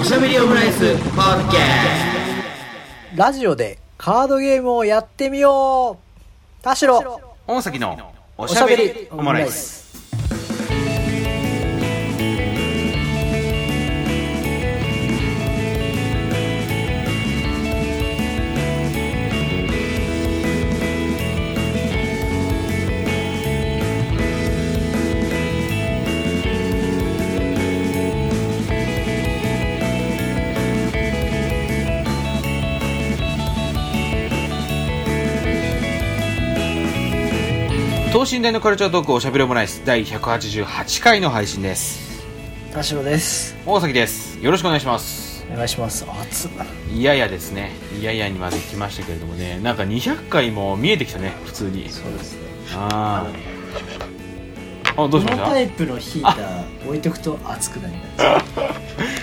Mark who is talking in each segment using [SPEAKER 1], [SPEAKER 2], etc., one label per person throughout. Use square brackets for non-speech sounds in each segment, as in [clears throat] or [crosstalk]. [SPEAKER 1] おしゃべりオムライスポッケ
[SPEAKER 2] ラジオでカードゲームをやってみよう田代
[SPEAKER 3] 大崎のお
[SPEAKER 2] お
[SPEAKER 3] しゃべりオムライス
[SPEAKER 2] ス
[SPEAKER 3] 等身大のカルチャートークおしゃべりオムライス第188回の配信です
[SPEAKER 2] 田代です
[SPEAKER 3] 大崎ですよろしくお願いします
[SPEAKER 2] お願いします暑っ
[SPEAKER 3] いやいやですねいやいやにまで来ましたけれどもねなんか200回も見えてきたね普通に
[SPEAKER 4] そうですね
[SPEAKER 3] あーあど
[SPEAKER 4] こ
[SPEAKER 3] うし
[SPEAKER 4] の
[SPEAKER 3] まし
[SPEAKER 4] タ
[SPEAKER 3] た
[SPEAKER 4] イプのヒーター置いとくと熱くなりま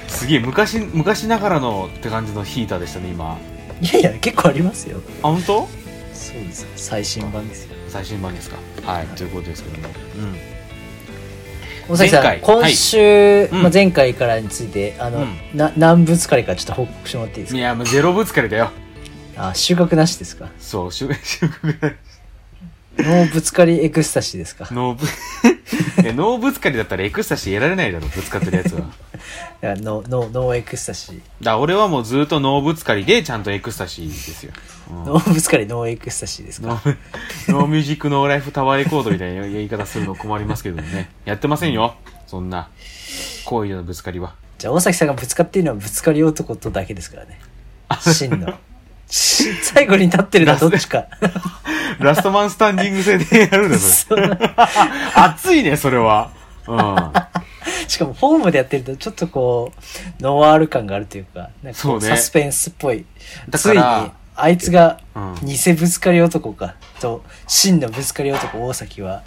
[SPEAKER 4] す
[SPEAKER 3] すげえ昔昔ながらのって感じのヒーターでしたね今あ
[SPEAKER 4] いやいや結構ありますよ
[SPEAKER 3] 本当
[SPEAKER 4] そうです最新版ですよ
[SPEAKER 3] 最新版ですかはいということですけどもうん
[SPEAKER 4] 大崎さん
[SPEAKER 3] 前回
[SPEAKER 4] 今週、
[SPEAKER 3] うん
[SPEAKER 4] まあ、前回からについてあの、
[SPEAKER 3] うん
[SPEAKER 4] な何ぶつかりかちょっと報告してもらっていいです
[SPEAKER 3] い
[SPEAKER 4] か
[SPEAKER 3] やもうゼロぶつかりだよ
[SPEAKER 4] あ収穫なしですか
[SPEAKER 3] そう収 [laughs] 収穫が
[SPEAKER 4] ノーぶつかりエクスタシーですかだか
[SPEAKER 3] 脳ぶ [laughs] いや脳ぶつかりだったらエクスタシー得られないだろぶつかってるやつはだから
[SPEAKER 4] ノーノーノーエクスタシー
[SPEAKER 3] ら俺はもうずっと脳ぶつかりでちゃんとエクスタシーですよ、うん
[SPEAKER 4] ノーぶつかりノーエクスタシーです
[SPEAKER 3] ノ
[SPEAKER 4] か
[SPEAKER 3] ーノーミュージックノーライフタワーレコードみたいな言い方するの困りますけどねやってませんよそんな行為のぶつかりは
[SPEAKER 4] じゃあ大崎さんがぶつかっているのはぶつかり男とだけですからね真の最後に立ってるのはどっちか [laughs]
[SPEAKER 3] ラストマンスタンディング制でやるんだそれ [laughs] 熱いねそれはう
[SPEAKER 4] しかもホームでやってるとちょっとこうノワール感があるというかなんか
[SPEAKER 3] そ
[SPEAKER 4] こ
[SPEAKER 3] う
[SPEAKER 4] う
[SPEAKER 3] ね
[SPEAKER 4] サスペンスっぽい、
[SPEAKER 3] だ
[SPEAKER 4] つ
[SPEAKER 3] か
[SPEAKER 4] いに
[SPEAKER 3] ら
[SPEAKER 4] あいつが
[SPEAKER 3] うん
[SPEAKER 4] 偽ぶつかり男かと真のぶつかり男大崎は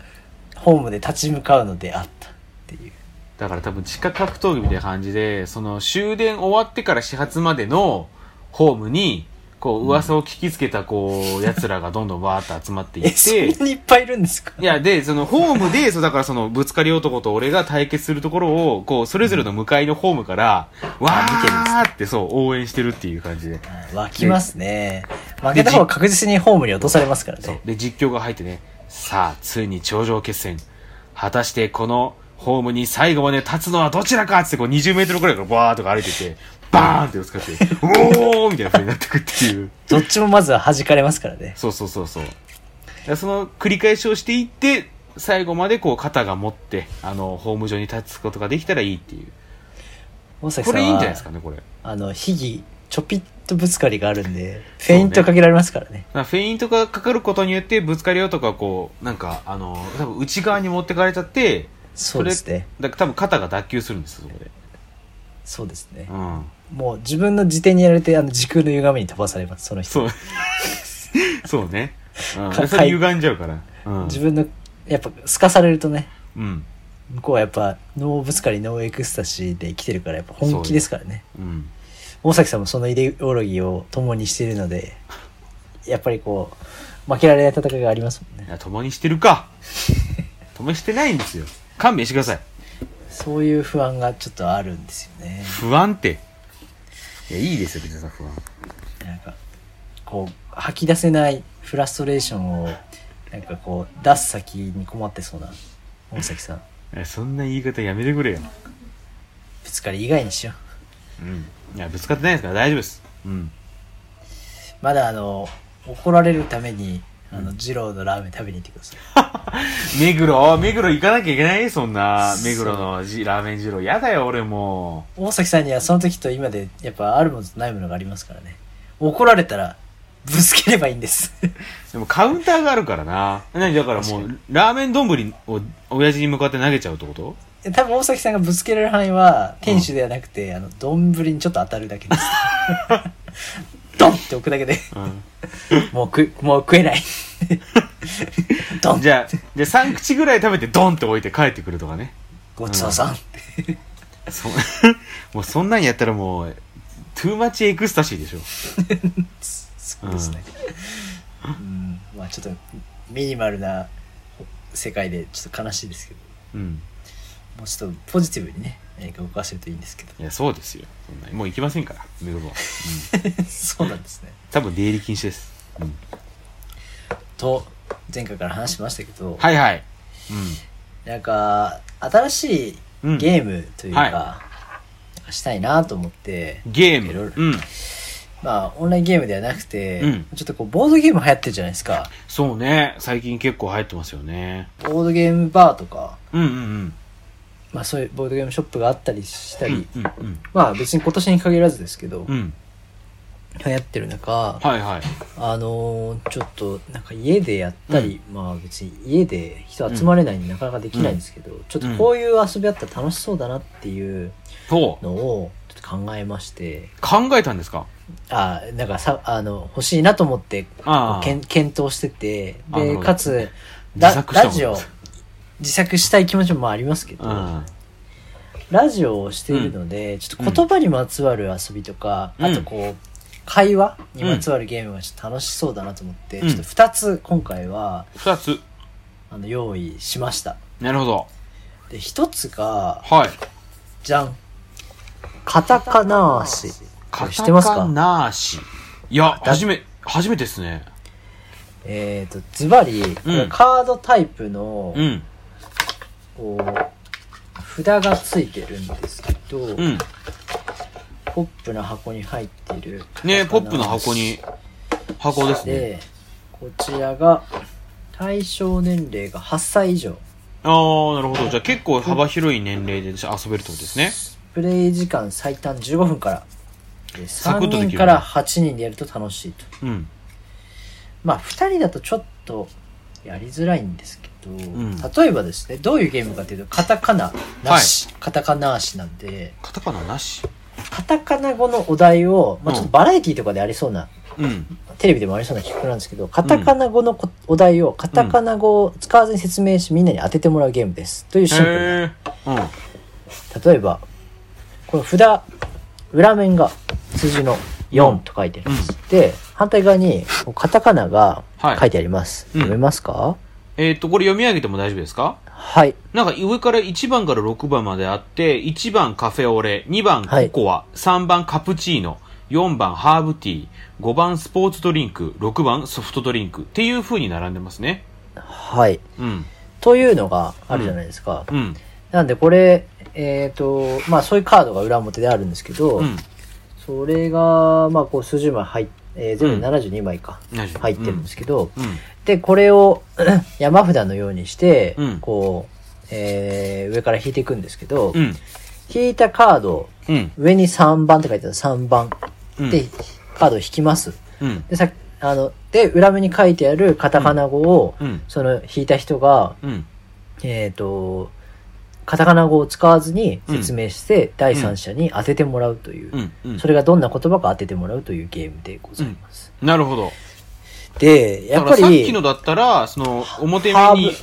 [SPEAKER 4] ホームで立ち向かうのであったっていうん
[SPEAKER 3] だから多分地下格闘技みたいな感じでその終電終わってから始発までのホームにこう噂を聞きつけたこう奴らがどんどんわーっと集まってい
[SPEAKER 4] [laughs] え
[SPEAKER 3] っ
[SPEAKER 4] そ
[SPEAKER 3] て
[SPEAKER 4] んなにいっぱいいるんですか
[SPEAKER 3] いや、で、その、ホームで、そう、だからその、ぶつかり男と俺が対決するところを、こう、それぞれの向かいのホームから、わーって、そう、応援してるっていう感じで。
[SPEAKER 4] 湧きますね負けた方は確実にホームに落とされますから
[SPEAKER 3] そう
[SPEAKER 4] ね。
[SPEAKER 3] で、実況が入ってね、さあ、ついに頂上決戦。果たして、この、ホームに最後まで立つのはどちらかっつって、こう、20メートルくらいからバーっとか歩いてて、バーンってぶつかって、おーみたいな風になってくっていう。
[SPEAKER 4] どっちもまずは弾かれますからね
[SPEAKER 3] そうそうそうそう。だからその繰り返しをしていって、最後までこう肩が持って、あの、ホーム上に立つことができたらいいっていう。
[SPEAKER 4] 大崎
[SPEAKER 3] こ
[SPEAKER 4] さん
[SPEAKER 3] れいいんじゃない
[SPEAKER 4] は
[SPEAKER 3] ですかね、これ。
[SPEAKER 4] あの秘技ちょぴっとぶつかりがあるんでフェイントかけられますからね
[SPEAKER 3] まあフェイントがかかることによって、ぶつかりよとか、こう、なんか、あの、多分内側に持ってかれちゃって、
[SPEAKER 4] そうですね
[SPEAKER 3] だから多分肩が脱臼するんですよ、そこで。
[SPEAKER 4] そうですね
[SPEAKER 3] うん。
[SPEAKER 4] もう自分の自手にやられてあの時空の歪みに飛ばされますその人
[SPEAKER 3] [laughs] そう。そうね。うん
[SPEAKER 4] か。
[SPEAKER 3] それ歪んじゃうから。うん。
[SPEAKER 4] 自分のやっぱすかされるとね
[SPEAKER 3] うん。
[SPEAKER 4] 向こうはやっぱノーぶつかりノーエクスタシーで来てるからやっぱ本気ですからね
[SPEAKER 3] うん。
[SPEAKER 4] 大崎さんもそのイデオロギーを共にしているのでやっぱりこう負けられない戦いがありますもんね
[SPEAKER 3] いや、共にしてる [laughs] か。共にしてないんですよ。勘弁してください。
[SPEAKER 4] そういう不安がちょっとあるんですよね
[SPEAKER 3] 不安って。いや、いいですよ、別にさ、不安。
[SPEAKER 4] なんかこう吐き出せないフラストレーションをなんかこう出す先に困ってそうな大崎さん
[SPEAKER 3] えそんな言い方やめてくれよ。
[SPEAKER 4] ぶつかり以外にしよう
[SPEAKER 3] うん。いや、ぶつかってないですから大丈夫です。 [laughs] うん。
[SPEAKER 4] まだあの怒られるためにあの二郎のラーメン食べに行ってください、
[SPEAKER 3] 目黒、目黒行かなきゃいけないそんな、目黒のじラーメン二郎。やだよ、俺も
[SPEAKER 4] 大崎さんにはその時と今でやっぱあるものとないものがありますからね怒られたらぶつければいいんです
[SPEAKER 3] う。でもカウンターがあるからな。何だからもう、ラーメン丼を親父に向かって投げちゃうってこと
[SPEAKER 4] 多分大崎さんがぶつけられる範囲は店主ではなくて、あの丼にちょっと当たるだけですドンって置くだけで
[SPEAKER 3] う
[SPEAKER 4] もう食もう食えない
[SPEAKER 3] [laughs]
[SPEAKER 4] ド
[SPEAKER 3] ん。
[SPEAKER 4] ン
[SPEAKER 3] じゃあ、じゃあ3口ぐらい食べてドンって置いて帰ってくるとかね。
[SPEAKER 4] ごちそうさん、
[SPEAKER 3] そ、 [laughs] もうそんなんやったらもう、トゥーマチエクスタシーでしょ。
[SPEAKER 4] そうですね、うん、まあちょっとミニマルな世界でちょっと悲しいですけど
[SPEAKER 3] うん。
[SPEAKER 4] もうちょっとポジティブにねえー動かせるといいんです
[SPEAKER 3] [laughs]
[SPEAKER 4] けど
[SPEAKER 3] いやそうですよそんなもう行きませんから目黒は、うん、
[SPEAKER 4] そうなんですね
[SPEAKER 3] 多分出入り禁止です、うん、
[SPEAKER 4] と前回から話しましたけど、
[SPEAKER 3] はいはい
[SPEAKER 4] なんか新しい
[SPEAKER 3] うん
[SPEAKER 4] ゲームというか、
[SPEAKER 3] はい
[SPEAKER 4] なんかしたいなと思って
[SPEAKER 3] うんゲーム
[SPEAKER 4] いろいろ
[SPEAKER 3] うん
[SPEAKER 4] まあオンラインゲームではなくて、
[SPEAKER 3] うん
[SPEAKER 4] ちょっとこうボードゲーム流行ってるじゃないですか
[SPEAKER 3] そうね最近結構流行ってますよね
[SPEAKER 4] ボードゲームバーとか、
[SPEAKER 3] うんうんうん
[SPEAKER 4] まあ、そういうボードゲームショップがあったりしたり、
[SPEAKER 3] うんうんうん
[SPEAKER 4] まあ別に今年に限らずですけど、
[SPEAKER 3] うん
[SPEAKER 4] 流行ってる中、
[SPEAKER 3] はいはい
[SPEAKER 4] あのーちょっとなんか家でやったり、まあ別に家で人集まれないんでなかなかできないんですけど、ちょっとこういう遊びあったら楽しそうだなっていう
[SPEAKER 3] そう
[SPEAKER 4] のをちょっと考えまして、
[SPEAKER 3] 考えたんですか
[SPEAKER 4] あなんかさあの欲しいなと思って
[SPEAKER 3] ああ
[SPEAKER 4] けん検討してて
[SPEAKER 3] あなる
[SPEAKER 4] で
[SPEAKER 3] ほど
[SPEAKER 4] かつ
[SPEAKER 3] 自
[SPEAKER 4] ラ
[SPEAKER 3] 作したも
[SPEAKER 4] ラ
[SPEAKER 3] ん
[SPEAKER 4] ジオ自作したい気持ちもありますけど、
[SPEAKER 3] うん
[SPEAKER 4] ラジオをしているので、ちょっと言葉にまつわる遊びとか、
[SPEAKER 3] うん
[SPEAKER 4] あとこう会話にまつわるゲームがちょっと楽しそうだなと思って、
[SPEAKER 3] うん
[SPEAKER 4] ちょっと2つ今回は
[SPEAKER 3] 二つ
[SPEAKER 4] あの用意しました
[SPEAKER 3] なるほど
[SPEAKER 4] で1つが
[SPEAKER 3] はい
[SPEAKER 4] じゃんカタカナ足こ
[SPEAKER 3] カ
[SPEAKER 4] れ知ってます
[SPEAKER 3] タカ
[SPEAKER 4] か
[SPEAKER 3] ナーシいや
[SPEAKER 4] タ
[SPEAKER 3] 初め初めてですね
[SPEAKER 4] えっ、とズバリこれカードタイプの、
[SPEAKER 3] うん
[SPEAKER 4] こう札がついてるんですけど、
[SPEAKER 3] うん
[SPEAKER 4] ポップの箱に入ってる
[SPEAKER 3] ねポップの箱に箱ですね
[SPEAKER 4] でこちらが対象年齢が8歳以上
[SPEAKER 3] ああなるほどじゃあ結構幅広い年齢で遊べるってことですね
[SPEAKER 4] プレイ時間最短15分からで
[SPEAKER 3] サクッとできる
[SPEAKER 4] 3人から8人でやると楽しいと
[SPEAKER 3] うん
[SPEAKER 4] まあ2人だとちょっとやりづらいんですけど、
[SPEAKER 3] ん
[SPEAKER 4] 例えばですねどういうゲームかというとカタカナなし、カタカナ足なんで
[SPEAKER 3] カタカナなし
[SPEAKER 4] カタカナ語のお題を、まあ、
[SPEAKER 3] う
[SPEAKER 4] ち
[SPEAKER 3] ん
[SPEAKER 4] ょっとバラエティとかでありそうな、
[SPEAKER 3] うん
[SPEAKER 4] テレビでもありそうな企画なんですけどカタカナ語のこお題をカタカナ語を使わずに説明しみんなに当ててもらうゲームですというシンプルな
[SPEAKER 3] へえうん
[SPEAKER 4] 例えばこの札裏面が数字の4と書いてあります、で反対側にこうカタカナが
[SPEAKER 3] はい
[SPEAKER 4] 書いてあります、
[SPEAKER 3] うん
[SPEAKER 4] 読めますか
[SPEAKER 3] えっ、と、これ読み上げても大丈夫ですか
[SPEAKER 4] はい
[SPEAKER 3] なんか上から1番から6番まであって、1番カフェオレ、2番ココア、3番カプチーノ、4番ハーブティー、5番スポーツドリンク、6番ソフトドリンクっていう風に並んでますね。
[SPEAKER 4] はい
[SPEAKER 3] うん。
[SPEAKER 4] というのがあるじゃないですか、
[SPEAKER 3] うん。
[SPEAKER 4] なんでこれえっ、とまあそういうカードが裏表であるんですけど、
[SPEAKER 3] うん。
[SPEAKER 4] それがまあこう数十枚入っえー全部72枚か、
[SPEAKER 3] 大丈夫
[SPEAKER 4] 入ってるんですけど、
[SPEAKER 3] うん。
[SPEAKER 4] でこれを [clears throat] 山札のようにして、
[SPEAKER 3] うん
[SPEAKER 4] こう、えー上から引いていくんですけど、
[SPEAKER 3] うん。
[SPEAKER 4] 引いたカード、
[SPEAKER 3] うん。
[SPEAKER 4] 上に3番って書いてある3番
[SPEAKER 3] うん。
[SPEAKER 4] で、カードを引きます。
[SPEAKER 3] うん。
[SPEAKER 4] で、さあの、で、裏目に書いてあるカタカナ語を、
[SPEAKER 3] うん。
[SPEAKER 4] その引いた人が、
[SPEAKER 3] うん。
[SPEAKER 4] えっ、と、カタカナ語を使わずに説明して、第三者に当ててもらうという、
[SPEAKER 3] うん。うん
[SPEAKER 4] そ。れがどんな言葉か当ててもらうというゲームでございます。
[SPEAKER 3] なるほど。
[SPEAKER 4] で、やっぱ
[SPEAKER 3] だからさっ
[SPEAKER 4] り
[SPEAKER 3] きの、だったら、その、表
[SPEAKER 4] ハー
[SPEAKER 3] 面に
[SPEAKER 4] ブ、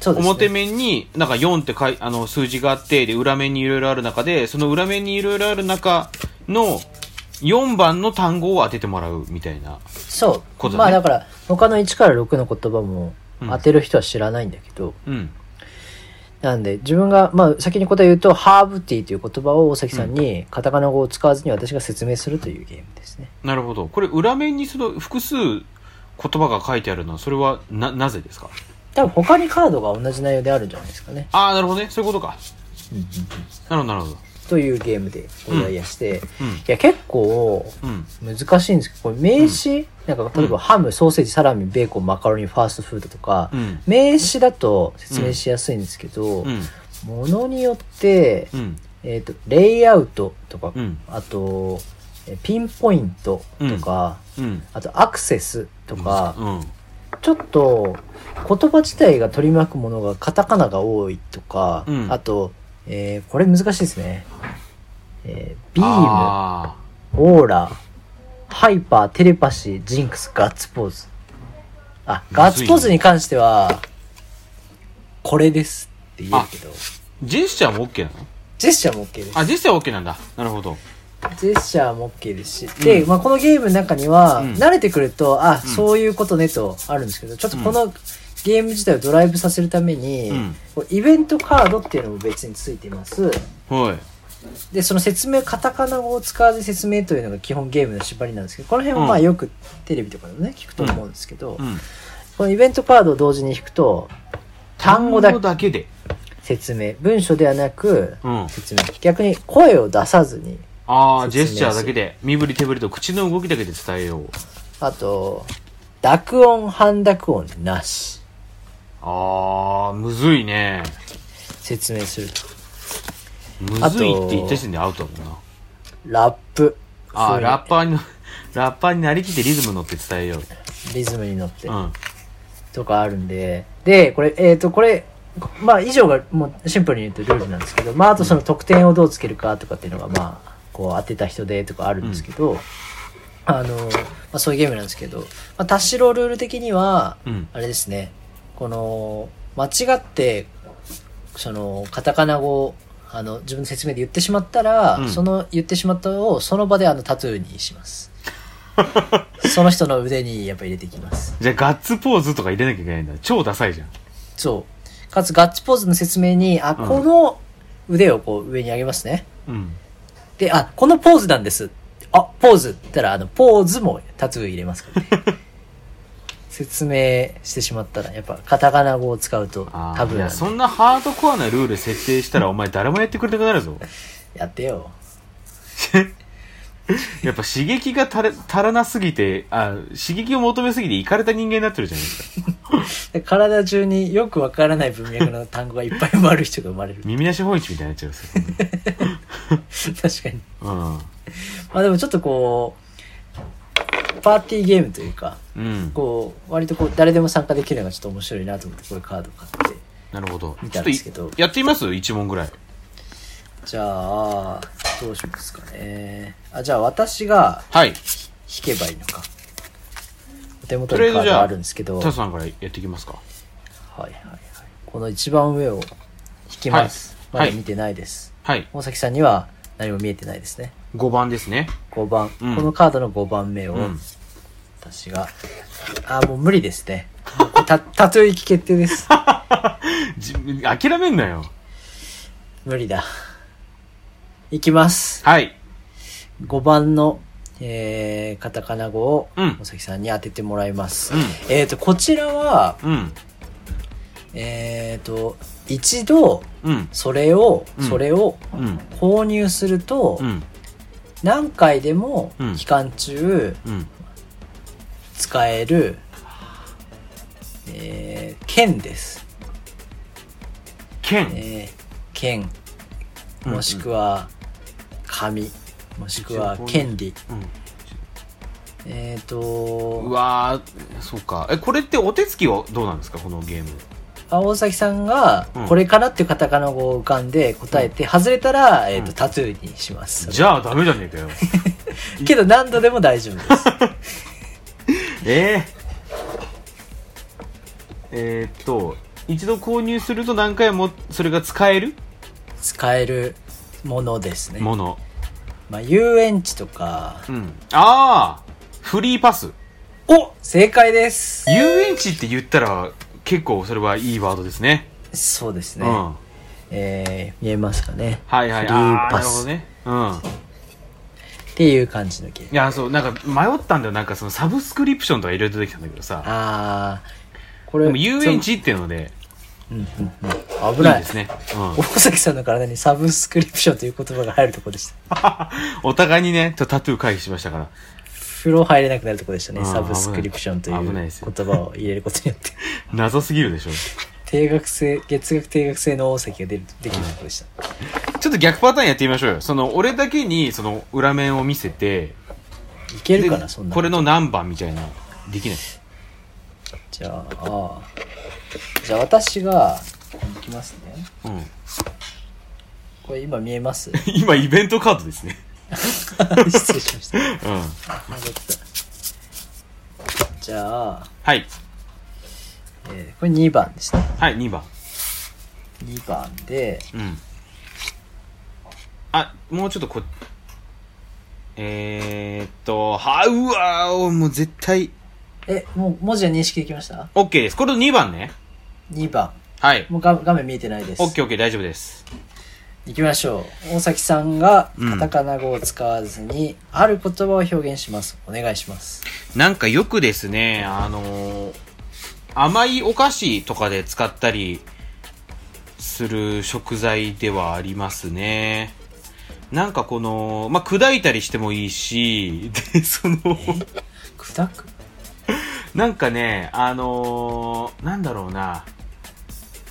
[SPEAKER 4] そうですね
[SPEAKER 3] 表面になんか4ってかいあの数字があってで裏面にいろいろある中でその裏面にいろいろある中の4番の単語を当ててもらうみたいな
[SPEAKER 4] そう、
[SPEAKER 3] ことだね
[SPEAKER 4] まあだから、他の1から6の言葉も
[SPEAKER 3] うん
[SPEAKER 4] 当てる人は知らないんだけど、
[SPEAKER 3] うん
[SPEAKER 4] なんで、自分が、まあ、先に答え言うと、ハーブティーという言葉を大崎さんに、カタカナ語を使わずに私が説明するというゲームですね。
[SPEAKER 3] なるほどこれ裏面にその複数言葉が書いてあるのはそれはななぜですか
[SPEAKER 4] 多分他にカードが同じ内容であるんじゃないですかね。
[SPEAKER 3] ああなるほどねそういうことかなるほどなるほど
[SPEAKER 4] というゲームでお題やして、
[SPEAKER 3] うん
[SPEAKER 4] いや、結構
[SPEAKER 3] うん
[SPEAKER 4] 難しいんですけど、これ名詞、なんか例えば
[SPEAKER 3] うん
[SPEAKER 4] ハム、ソーセージ、サラミ、ベーコン、マカロニ、ファーストフードとか、
[SPEAKER 3] うん
[SPEAKER 4] 名詞だと説明しやすいんですけど、
[SPEAKER 3] うん
[SPEAKER 4] ものによって、
[SPEAKER 3] うん
[SPEAKER 4] えっ、と、レイアウトとか、
[SPEAKER 3] うん
[SPEAKER 4] あと、えピンポイントとか、
[SPEAKER 3] うん
[SPEAKER 4] あとアクセスとか、
[SPEAKER 3] うん
[SPEAKER 4] ちょっと言葉自体が取り巻くものがカタカナが多いとか、
[SPEAKER 3] うん
[SPEAKER 4] あと、えーこれ難しいですね。えービーム、
[SPEAKER 3] あ
[SPEAKER 4] オーラ、ハイパー、テレパシー、ジンクス、ガッツポーズ。あ、ガッツポーズに関しては、これですって言えるけど、
[SPEAKER 3] ージェスチャーも OK なの
[SPEAKER 4] ジェスチャーも OK です。
[SPEAKER 3] あジェスチャーは OK なんだなるほど
[SPEAKER 4] ジェスチャーも OK ですし、で、まあ、このゲームの中には、
[SPEAKER 3] うん
[SPEAKER 4] 慣れてくると、あ、そういうことねとあるんですけど、ちょっとこのゲーム自体をドライブさせるために、
[SPEAKER 3] うん
[SPEAKER 4] こうイベントカードっていうのも別についています。
[SPEAKER 3] はい。
[SPEAKER 4] でその説明カタカナ語を使わず説明というのが基本ゲームの縛りなんですけどこの辺はま
[SPEAKER 3] う
[SPEAKER 4] あ
[SPEAKER 3] ん
[SPEAKER 4] よくテレビとかでもね聞くと思うんですけど、
[SPEAKER 3] うん。
[SPEAKER 4] このイベントカードを同時に引くと単語だけ
[SPEAKER 3] だけで。
[SPEAKER 4] 説明文書ではなく
[SPEAKER 3] うん。
[SPEAKER 4] 説明逆に声を出さずに
[SPEAKER 3] ああ、ジ
[SPEAKER 4] 説
[SPEAKER 3] ェ
[SPEAKER 4] 明
[SPEAKER 3] スチャーだけで、身振り手振りと口の動きだけで伝えよう。
[SPEAKER 4] あと濁音半濁音なし
[SPEAKER 3] ああ、むずいね。
[SPEAKER 4] 説明すると
[SPEAKER 3] む
[SPEAKER 4] あと
[SPEAKER 3] ずいって言った時点でアウトだもんな。
[SPEAKER 4] ラップ
[SPEAKER 3] あ
[SPEAKER 4] そ
[SPEAKER 3] あ、
[SPEAKER 4] う
[SPEAKER 3] ラッパーに、 [laughs] ラッパーになりきってリズム乗って伝えよう。
[SPEAKER 4] リズムに乗って
[SPEAKER 3] うん。
[SPEAKER 4] とかあるんで、で、これ、えっ、と、これ、まあ、以上がもうシンプルに言うとルールなんですけど、まあ、あとその得点をどうつけるかとかっていうのが、まあ、こう当てた人でとかあるんですけど、あの、まあ、そういうゲームなんですけど、まあ、タッシロルール的には、
[SPEAKER 3] うん。
[SPEAKER 4] あれですね、この、間違って、その、カタカナ語を、あの、自分の説明で言ってしまったら、
[SPEAKER 3] うん
[SPEAKER 4] その言ってしまったのを、その場であの、タトゥーにし
[SPEAKER 3] [laughs]
[SPEAKER 4] ます。その人の腕にやっぱ入れていきます。
[SPEAKER 3] じゃあ、ガッツポーズとか入れなきゃいけないんだ。超ダサいじゃん。
[SPEAKER 4] そう。かつ、ガッツポーズの説明に、あ、
[SPEAKER 3] うん
[SPEAKER 4] この腕をこう上に上げますね。
[SPEAKER 3] うん。
[SPEAKER 4] で、あ、このポーズなんです。あ、ポーズって言ったら、あの、ポーズもタトゥー入れます
[SPEAKER 3] [laughs]
[SPEAKER 4] からね。説明してしまったら、やっぱ、カタカナ語を使うと
[SPEAKER 3] あ
[SPEAKER 4] タ
[SPEAKER 3] あ、
[SPEAKER 4] ブ
[SPEAKER 3] い
[SPEAKER 4] ーな
[SPEAKER 3] や、
[SPEAKER 4] んで
[SPEAKER 3] そんなハードコアなルール設定したら、お前誰もやってくれなくなるぞ。
[SPEAKER 4] やってよ。
[SPEAKER 3] やっぱ刺激が足ら足らなすぎて、あ、刺激を求めすぎていかれた人間になってるじゃないですか。。
[SPEAKER 4] で体中によくわからない文脈の単語がいっぱい埋まる人が生まれる
[SPEAKER 3] [laughs] 耳なし本市みたいになっちゃうんですよ。
[SPEAKER 4] 確かに。
[SPEAKER 3] うん。
[SPEAKER 4] まあでもちょっとこう、パーティーゲームというか、
[SPEAKER 3] うん。
[SPEAKER 4] こう、割とこう、誰でも参加できるのがちょっと面白いなと思って、こういうカード買って。
[SPEAKER 3] なるほど。
[SPEAKER 4] 見
[SPEAKER 3] ち
[SPEAKER 4] た
[SPEAKER 3] ょっ
[SPEAKER 4] ん
[SPEAKER 3] とい
[SPEAKER 4] ですけど
[SPEAKER 3] やってみます ?1 問ぐらい。
[SPEAKER 4] じゃあ、どうしますかね。あ、じゃあ私が
[SPEAKER 3] はい。
[SPEAKER 4] 弾けばいいのか。お手元
[SPEAKER 3] とりあ
[SPEAKER 4] に
[SPEAKER 3] え
[SPEAKER 4] カー
[SPEAKER 3] ずじゃ
[SPEAKER 4] ド
[SPEAKER 3] あ
[SPEAKER 4] あるんですけど、はい
[SPEAKER 3] タ
[SPEAKER 4] はい
[SPEAKER 3] ツさんからやっていきますか。
[SPEAKER 4] はい。この一番上を弾きます。
[SPEAKER 3] はい
[SPEAKER 4] まだ見てないです。
[SPEAKER 3] はい。
[SPEAKER 4] 大崎さんには何も見えてないですね。
[SPEAKER 3] 5番ですね。
[SPEAKER 4] 5番。
[SPEAKER 3] うん
[SPEAKER 4] このカードの5番目を、
[SPEAKER 3] うん [laughs]
[SPEAKER 4] 私が、あ、もう無理ですね。もうこれた、 [laughs] たとえ行き決定です。 [laughs]
[SPEAKER 3] じ諦めんなよ。
[SPEAKER 4] 無理だ。いきます。
[SPEAKER 3] はい。
[SPEAKER 4] 5番の、えー、カタカナ語を、
[SPEAKER 3] うん
[SPEAKER 4] 大崎さんに当ててもらいます。
[SPEAKER 3] うん
[SPEAKER 4] えっ、と、こちらは、
[SPEAKER 3] うん。
[SPEAKER 4] えっ、と、一度、
[SPEAKER 3] うん。
[SPEAKER 4] それを、
[SPEAKER 3] うん
[SPEAKER 4] それを
[SPEAKER 3] うん。
[SPEAKER 4] 購入すると、
[SPEAKER 3] うん。
[SPEAKER 4] 何回でも
[SPEAKER 3] うん
[SPEAKER 4] 期間中
[SPEAKER 3] うん。
[SPEAKER 4] 使える、えー、券です。
[SPEAKER 3] 剣。
[SPEAKER 4] えー、券、
[SPEAKER 3] うん
[SPEAKER 4] もしくは、紙、もしくは
[SPEAKER 3] 一応、購入
[SPEAKER 4] 権利。
[SPEAKER 3] うん
[SPEAKER 4] えっ、
[SPEAKER 3] う
[SPEAKER 4] と、
[SPEAKER 3] わー、そうか。え、これってお手つきはどうなんですかこのゲーム。
[SPEAKER 4] あ大崎さんが
[SPEAKER 3] うん、
[SPEAKER 4] これからっていうカタカナ語を浮かんで答えて、外れたら、えっ、
[SPEAKER 3] う
[SPEAKER 4] と、
[SPEAKER 3] ん
[SPEAKER 4] タトゥーにします。
[SPEAKER 3] じゃあダメじゃねえかよ。
[SPEAKER 4] けど何度でも大丈夫です。
[SPEAKER 3] えー、えーっと、一度購入すると何回もそれが使える
[SPEAKER 4] 使えるものですね。
[SPEAKER 3] もの。
[SPEAKER 4] まあ、遊園地とか。
[SPEAKER 3] うん。ああフリーパス。
[SPEAKER 4] お正解です
[SPEAKER 3] 遊園地って言ったら結構それはいいワードですね。
[SPEAKER 4] そうです
[SPEAKER 3] う
[SPEAKER 4] ね。
[SPEAKER 3] ん。は
[SPEAKER 4] えー、見えますかね。
[SPEAKER 3] いはい。
[SPEAKER 4] フリー
[SPEAKER 3] ああー、な
[SPEAKER 4] パ
[SPEAKER 3] るほど
[SPEAKER 4] ス、
[SPEAKER 3] ね。うん。
[SPEAKER 4] っていう感じのゲー
[SPEAKER 3] い
[SPEAKER 4] ム。
[SPEAKER 3] や、そう、なんか迷ったんだよ。なんかそのサブスクリプションとかいろいろ出てきたんだけどさ。
[SPEAKER 4] あー、これ
[SPEAKER 3] でも遊園地っていうので、
[SPEAKER 4] うんうんうん。
[SPEAKER 3] い
[SPEAKER 4] 危
[SPEAKER 3] い
[SPEAKER 4] ない。
[SPEAKER 3] ですね。
[SPEAKER 4] 大崎さんの体にサブスクリプションという言葉が入るとこでした。
[SPEAKER 3] うん。お互いにね、ちょっとタトゥー回避しましたから。
[SPEAKER 4] 風呂入れなくなるとこでした
[SPEAKER 3] あ
[SPEAKER 4] ね。
[SPEAKER 3] ー
[SPEAKER 4] サブスクリプションという
[SPEAKER 3] 危ない
[SPEAKER 4] 言
[SPEAKER 3] ですよ
[SPEAKER 4] 葉を入れることによっ
[SPEAKER 3] [laughs]
[SPEAKER 4] て。
[SPEAKER 3] 謎すぎるでしょ。
[SPEAKER 4] 定額制、月額定額制の大崎が出る、できるとこでした。
[SPEAKER 3] ちょっと逆パターンやってみましょうよ。その、俺だけに、その、裏面を見せて、
[SPEAKER 4] いけるかな、
[SPEAKER 3] で
[SPEAKER 4] そんな。
[SPEAKER 3] これの何番みたいな、できない。
[SPEAKER 4] じゃあ、じゃあ私が、いきますね。
[SPEAKER 3] うん。
[SPEAKER 4] これ今見えます
[SPEAKER 3] [laughs] 今、イベントカードですね。
[SPEAKER 4] 失礼しました。
[SPEAKER 3] [laughs] うん。
[SPEAKER 4] じゃあ、
[SPEAKER 3] はい。
[SPEAKER 4] えーこれ2番ですね。
[SPEAKER 3] はい、2番。
[SPEAKER 4] 2番で、
[SPEAKER 3] うん。あ、もうちょっとこ、えー、っと、は、うわー、もう絶対、
[SPEAKER 4] え、もう文字は認識できました
[SPEAKER 3] OK です。これ2番ね。
[SPEAKER 4] ?2 番。
[SPEAKER 3] はい。
[SPEAKER 4] もう画画面見えてないです。
[SPEAKER 3] OK、OK、大丈夫です。
[SPEAKER 4] 行きましょう。大崎さんがカタカナ語を使わずに、ある言葉を表現します。お願いします。
[SPEAKER 3] なんかよくですね、あのー甘いお菓子とかで使ったりする食材ではありますね。なんかこの、まあ、砕いたりしてもいいし、で、その、
[SPEAKER 4] 砕く
[SPEAKER 3] なんかね、あのーなんだろうな。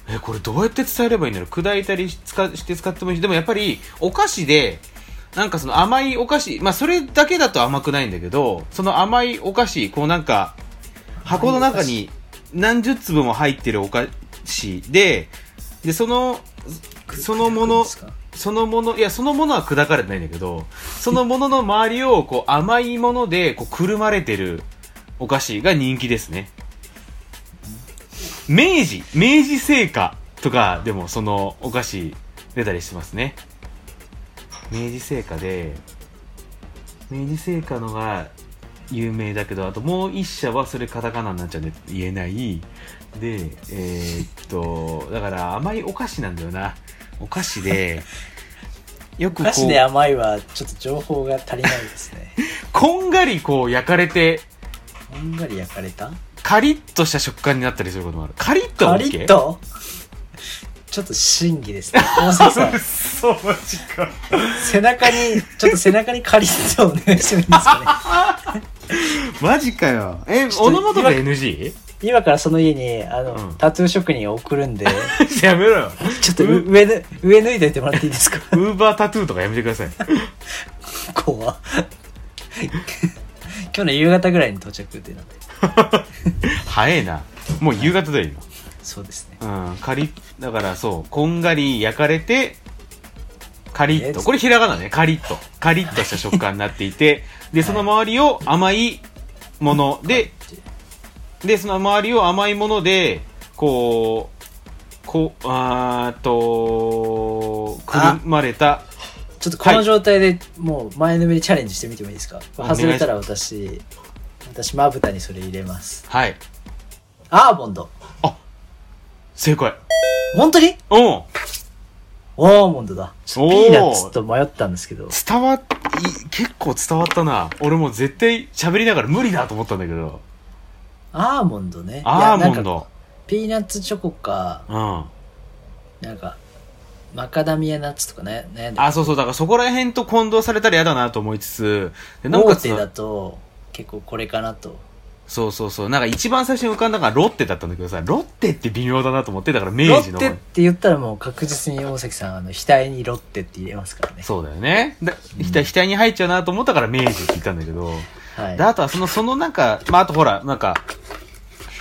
[SPEAKER 3] え、これどうやって伝えればいいんだろう砕いたりし使して使ってもいいし、でもやっぱりお菓子で、なんかその甘いお菓子、まあそれだけだと甘くないんだけど、その甘いお菓子、こうなんか、箱の中に何十粒も入ってるお菓子で、で、その、そのも
[SPEAKER 4] 砕くん
[SPEAKER 3] の
[SPEAKER 4] ですか
[SPEAKER 3] そのもの、いや、そのものは砕かれてないんだけど、そのものの周りを、こう、甘いもので、こう、くるまれてるお菓子が人気ですね。明治、明治製菓とかでも、そのお菓子出たりしてますね。明治製菓で、明治製菓のが有名だけど、あともう一社はそれカタカナになっちゃうんで言えない。で、えーっと、だから甘いお菓子なんだよな。お菓子で、よく
[SPEAKER 4] お
[SPEAKER 3] こ
[SPEAKER 4] 菓
[SPEAKER 3] う
[SPEAKER 4] 子、で甘いは、ちょっと情報が足りないですね。 [laughs]
[SPEAKER 3] こんがりこう焼かれて、
[SPEAKER 4] こんがり焼かれた
[SPEAKER 3] カリッとした食感になったりすることもある。カリッとは
[SPEAKER 4] カ
[SPEAKER 3] OK?
[SPEAKER 4] リッとちょっと審議ですね。 [laughs] 大崎さん、
[SPEAKER 3] そう、マジか。
[SPEAKER 4] 背中に、ちょっと背中にカリッとお願いしてもいいですかね。
[SPEAKER 3] マジかよ。え、
[SPEAKER 4] ちょ
[SPEAKER 3] オ
[SPEAKER 4] っと
[SPEAKER 3] ノマトペ NG?
[SPEAKER 4] [laughs]
[SPEAKER 3] [laughs]
[SPEAKER 4] 今からその家に、あの、
[SPEAKER 3] うん
[SPEAKER 4] タトゥー職人を送るん [laughs] で、
[SPEAKER 3] やめろよ。
[SPEAKER 4] ちょっとう上ぬ、上脱いでいてもらっていいですか
[SPEAKER 3] ウーバータトゥーとかやめてください。
[SPEAKER 4] こ [laughs] こは。今日の夕方ぐらいに到着予定なんで。
[SPEAKER 3] 早いな。もう夕方だよ、今。
[SPEAKER 4] そうですね。
[SPEAKER 3] うん、カリッだからそう、こんがり焼かれて、カリッ
[SPEAKER 4] え
[SPEAKER 3] と。これひらがなね、カリッと。カリッとした食感になってい [laughs] て、で、その周りを甘いもので、で、その周りを甘いもので、こう、こう、あーっと、くるまれた、
[SPEAKER 4] ちょっとこの状態でもう前のめりチャレンジしてみてもいいですか、
[SPEAKER 3] お願いし
[SPEAKER 4] 外れたら私、私まぶたにそれ入れます。
[SPEAKER 3] はい。
[SPEAKER 4] アーモンド。
[SPEAKER 3] 正解。
[SPEAKER 4] 本当に
[SPEAKER 3] うん。
[SPEAKER 4] アーモンドだ。
[SPEAKER 3] おー
[SPEAKER 4] ピーナッツと迷ったんですけど。
[SPEAKER 3] 伝わっ、い結構伝わったな。俺もう絶対喋りながら無理だと思ったんだけど。
[SPEAKER 4] アーモンドね。
[SPEAKER 3] ア
[SPEAKER 4] いや
[SPEAKER 3] ー
[SPEAKER 4] な
[SPEAKER 3] モン
[SPEAKER 4] んか
[SPEAKER 3] ド。
[SPEAKER 4] ピーナッツチョコか、
[SPEAKER 3] うん。
[SPEAKER 4] なんか、マカダミアナッツとかね、悩んで
[SPEAKER 3] あ、そうそう、だからそこら辺と混同されたら嫌だなと思いつつ、でなお
[SPEAKER 4] 大
[SPEAKER 3] かつ
[SPEAKER 4] 手、だと結構これかなと。
[SPEAKER 3] そうそうそう、なんか一番最初に浮かんだのがロッテだったんだけどさ、ロッテって微妙だなと思って、だから
[SPEAKER 4] ロ
[SPEAKER 3] 明治
[SPEAKER 4] ッ
[SPEAKER 3] の。
[SPEAKER 4] テって言ったらもう確実に大崎さん、あの、額にロッテって入れますからね。
[SPEAKER 3] そうだよね。だ、額、額に入っちゃうなと思ったから明治って言ったんだけど。
[SPEAKER 4] はい
[SPEAKER 3] で、。あとはその、そのなんか、まあ、あとほら、なんか、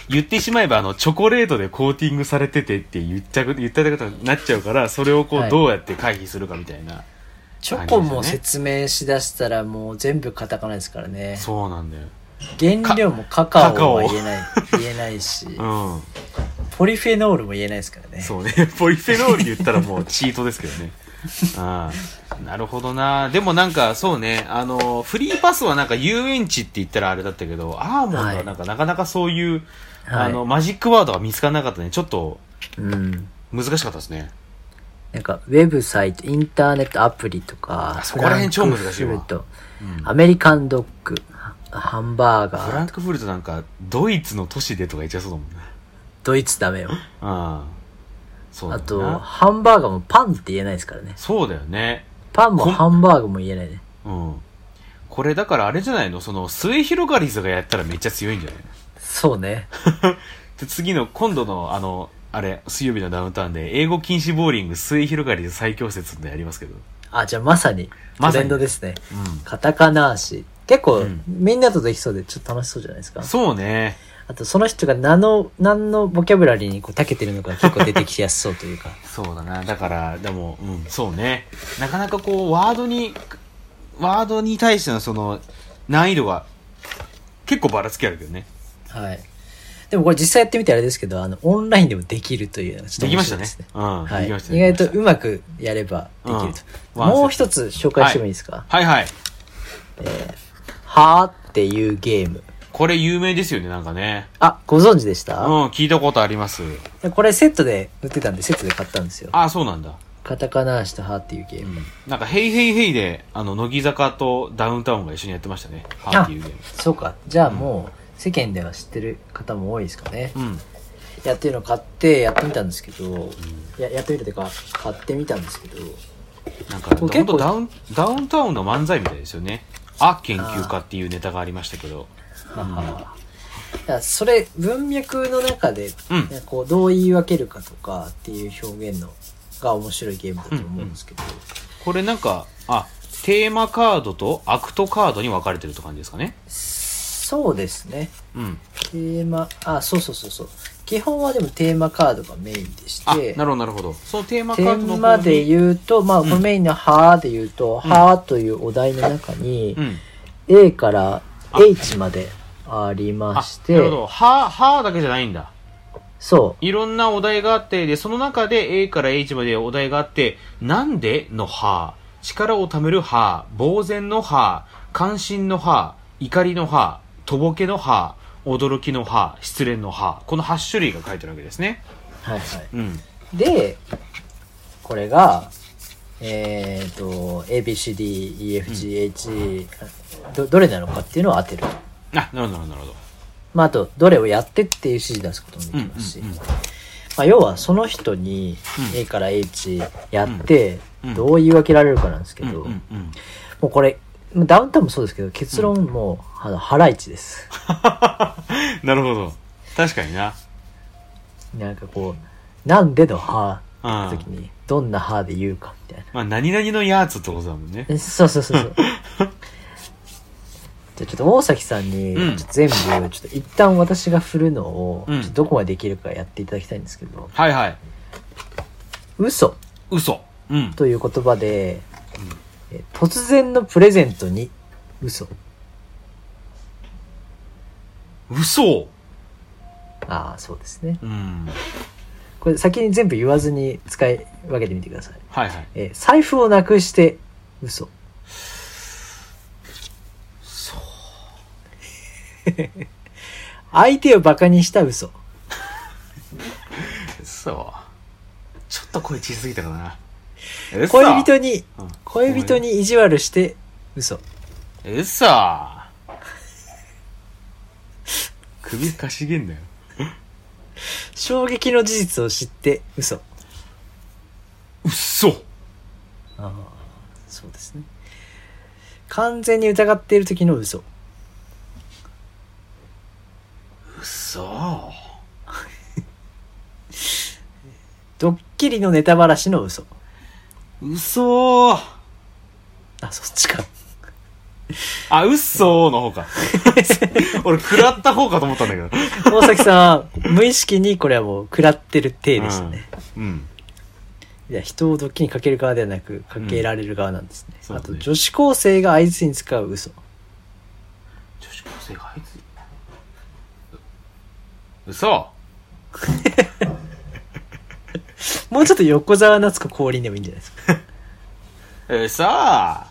[SPEAKER 3] 言ってしまえば、あの、チョコレートでコーティングされててって言っちゃう、言ったことになっちゃうから、それをこ
[SPEAKER 4] は
[SPEAKER 3] う、
[SPEAKER 4] い
[SPEAKER 3] どうやって回避するかみたいな。
[SPEAKER 4] チョコも説明しだしたらもう全部カタカナですからね。
[SPEAKER 3] そうなんだよ。
[SPEAKER 4] 原料もカカ
[SPEAKER 3] カカ
[SPEAKER 4] オ
[SPEAKER 3] オ
[SPEAKER 4] は言えない。言えないし、
[SPEAKER 3] うん。
[SPEAKER 4] ポリフェノールも言えないですからね。
[SPEAKER 3] そうね。 [laughs] ポリフェノール言ったらもうチートですけどね。ああなるほどな。でもなんかそうね、あの、フリーパスはなんか遊園地って言ったらあれだったけど、アーモンドはなんかなかなかそういう、
[SPEAKER 4] はい
[SPEAKER 3] あの、マジックワードが見つからなかったね。ちょっと
[SPEAKER 4] うん。
[SPEAKER 3] 難しかったですね。
[SPEAKER 4] なんか、ウェブサイト、インターネットアプリとか、
[SPEAKER 3] あそこら辺超難しいわ
[SPEAKER 4] フランクフルトアメリカンドッグ、ハハンバーガ
[SPEAKER 3] フラン
[SPEAKER 4] ー、
[SPEAKER 3] クフルトなんか、ドイツの都市でとか言っちゃいそうだもんね。
[SPEAKER 4] ドイツダメよ。
[SPEAKER 3] ああそうだ
[SPEAKER 4] あ
[SPEAKER 3] よ
[SPEAKER 4] と、
[SPEAKER 3] な
[SPEAKER 4] ハンバーガーもパンって言えないですからね。
[SPEAKER 3] そうだよね。
[SPEAKER 4] パンも
[SPEAKER 3] こん
[SPEAKER 4] ハンバーグも言えないね。
[SPEAKER 3] うん。これだからあれじゃないのその、末広がりズがやったらめっちゃ強いんじゃない
[SPEAKER 4] そうね。
[SPEAKER 3] で次の今度のあのあれ水曜日のダウンタウンで英語禁止ボーリング末広がりで最強説ってやりますけど
[SPEAKER 4] あ、じゃあまさに、ト
[SPEAKER 3] まさに
[SPEAKER 4] レンドですね。
[SPEAKER 3] う
[SPEAKER 4] カタカナ足。結構、
[SPEAKER 3] うん
[SPEAKER 4] みんなとできそうで、ちょっと楽しそうじゃないですか
[SPEAKER 3] ん。そうね
[SPEAKER 4] あと、その人が何の、何のボキャブラリーにこう、長けてるのか結構出てきやすそうと
[SPEAKER 3] [laughs]
[SPEAKER 4] いうか。
[SPEAKER 3] そうだなだからでもうんそうねなかなかこうワードにワードに対してのその難易度が結構ばらつきあるけどね
[SPEAKER 4] はい。でもこれ実際やってみてあれですけど、あの、オンラインでもできるというのがちょ
[SPEAKER 3] で
[SPEAKER 4] っと
[SPEAKER 3] き
[SPEAKER 4] 面
[SPEAKER 3] まし
[SPEAKER 4] 白い
[SPEAKER 3] た
[SPEAKER 4] で
[SPEAKER 3] ね
[SPEAKER 4] すね。
[SPEAKER 3] うん、
[SPEAKER 4] は
[SPEAKER 3] できまし
[SPEAKER 4] い。
[SPEAKER 3] た
[SPEAKER 4] 意
[SPEAKER 3] でき
[SPEAKER 4] 外
[SPEAKER 3] ました
[SPEAKER 4] とうまくやればできると。
[SPEAKER 3] うん
[SPEAKER 4] もう一つ紹介してもいいですか、
[SPEAKER 3] はいはい
[SPEAKER 4] はーっていうゲーム。
[SPEAKER 3] これ有名ですよねなんかね
[SPEAKER 4] あ、ご存知でし
[SPEAKER 3] う
[SPEAKER 4] た
[SPEAKER 3] ん聞いたことあります
[SPEAKER 4] これセットで売ってたんで、セットで買ったんですよ。
[SPEAKER 3] あそうなんだ
[SPEAKER 4] カタカナ足とハっていうゲーム。
[SPEAKER 3] なんか、ヘイヘイヘイで、あの、乃木坂とダウンタウンが一緒にやってましたね。ハーっていうゲーム。
[SPEAKER 4] そうか。じゃあもう、世間では知ってる方も多いですかね。
[SPEAKER 3] うん。
[SPEAKER 4] やってるの買ってやってみたんですけど、ややってみるというか、買ってみたんですけど、
[SPEAKER 3] なんか、
[SPEAKER 4] こ
[SPEAKER 3] ほ
[SPEAKER 4] うん結構
[SPEAKER 3] とダウン、ダウンタウンの漫才みたいですよね。あ、研究家っていうネタがありましたけど。
[SPEAKER 4] あーいやそれ、文脈の中で、
[SPEAKER 3] うん
[SPEAKER 4] ねこう、どう言い分けるかとかっていう表現の、が面白いゲームだと思うんですけど、
[SPEAKER 3] これなんか、あ、テーマカードとアクトカードに分かれてるって感じですかね。
[SPEAKER 4] そうですね。
[SPEAKER 3] うん。
[SPEAKER 4] テーマ、あ、そうそうそうそう。基本はでもテーマカードがメインでし
[SPEAKER 3] あ、
[SPEAKER 4] て、
[SPEAKER 3] なるほど、なるほど。そのテーマカ
[SPEAKER 4] テ
[SPEAKER 3] ード
[SPEAKER 4] ー
[SPEAKER 3] の
[SPEAKER 4] マ
[SPEAKER 3] 方
[SPEAKER 4] で
[SPEAKER 3] に、
[SPEAKER 4] 言うと、まあ、このメインの「は」で言うと「
[SPEAKER 3] うん
[SPEAKER 4] は」というお題の中に、
[SPEAKER 3] うん。
[SPEAKER 4] A から
[SPEAKER 3] あ
[SPEAKER 4] H までありま
[SPEAKER 3] あ
[SPEAKER 4] し、
[SPEAKER 3] なる
[SPEAKER 4] て
[SPEAKER 3] ほど。は、はだけじゃないんだ。
[SPEAKER 4] そ
[SPEAKER 3] いろんなお題があって、で、その中で A から H までお題があって、なんでのは、力を貯めるは、呆然のは、関心のは、怒りのは、とぼけのは、驚きのは、失恋のは、この8種類が書いてるわけですね。
[SPEAKER 4] うはいは
[SPEAKER 3] うん。
[SPEAKER 4] いでこれがえっ、と ABCDEFGH、どどれなのかっていうのを当てる
[SPEAKER 3] あ、なるほど、なるほどなるほど。
[SPEAKER 4] まああとどれをやってっていう指示出すこともできますし、
[SPEAKER 3] うんうんうん
[SPEAKER 4] まあ、要はその人に
[SPEAKER 3] うん
[SPEAKER 4] A から H やって
[SPEAKER 3] うん
[SPEAKER 4] どう言い分けられるかなんですけど、
[SPEAKER 3] うんうんうん
[SPEAKER 4] もうこれ、ダウンタウンもそうですけど、結論もう、あの、ハライチです。
[SPEAKER 3] なるほど。確かにな。
[SPEAKER 4] なんかこう、なんでの歯
[SPEAKER 3] うん。
[SPEAKER 4] の時に、どんな歯で言うかみたいな。
[SPEAKER 3] まあ、何々のやつってことだもんね。
[SPEAKER 4] えそうそうそう
[SPEAKER 3] [laughs]
[SPEAKER 4] そう。じゃあちょっと大崎さんに、
[SPEAKER 3] うん
[SPEAKER 4] ちょっと全部、ちょっと一旦私が振るのを、
[SPEAKER 3] うん
[SPEAKER 4] ちょっとどこまでできるかやっていただきたいんですけど、
[SPEAKER 3] はいはい。
[SPEAKER 4] 嘘
[SPEAKER 3] 嘘。うん。
[SPEAKER 4] という言葉で、え突然のプレゼントに嘘。
[SPEAKER 3] 嘘。
[SPEAKER 4] ああ、そうですね。
[SPEAKER 3] うん。
[SPEAKER 4] これ先に全部言わずに使い分けてみてください。
[SPEAKER 3] はいはい。
[SPEAKER 4] えー財布をなくして嘘。
[SPEAKER 3] そう。
[SPEAKER 4] 相手をバカにした嘘。
[SPEAKER 3] 嘘。ちょっと声小すぎたかな。嘘。
[SPEAKER 4] 恋人に、
[SPEAKER 3] うん
[SPEAKER 4] 恋人。に意地悪して嘘。
[SPEAKER 3] 嘘。首かしげんだよ。
[SPEAKER 4] 衝撃の事実を知って嘘。
[SPEAKER 3] 嘘。
[SPEAKER 4] ああ、そうですね。完全に疑っている時の嘘。
[SPEAKER 3] 嘘。
[SPEAKER 4] ドッキリのネタばらしの嘘。
[SPEAKER 3] 嘘。
[SPEAKER 4] あ、そっちか。
[SPEAKER 3] あ、嘘の [laughs] 方か。俺、食らった方かと思ったんだけど。
[SPEAKER 4] 大崎さん、無意識にこれはもう食らってる体でしたね。
[SPEAKER 3] うん。
[SPEAKER 4] いや、人をドッキリにかける側ではなく、かけられる側なんですね。
[SPEAKER 3] そう
[SPEAKER 4] あ
[SPEAKER 3] です
[SPEAKER 4] と、
[SPEAKER 3] ね
[SPEAKER 4] 女子高生が合図に使う嘘。
[SPEAKER 3] 女子高生があいつ嘘
[SPEAKER 4] もうちょっと横沢夏子降臨でもいいんじゃないですか。
[SPEAKER 3] 嘘あ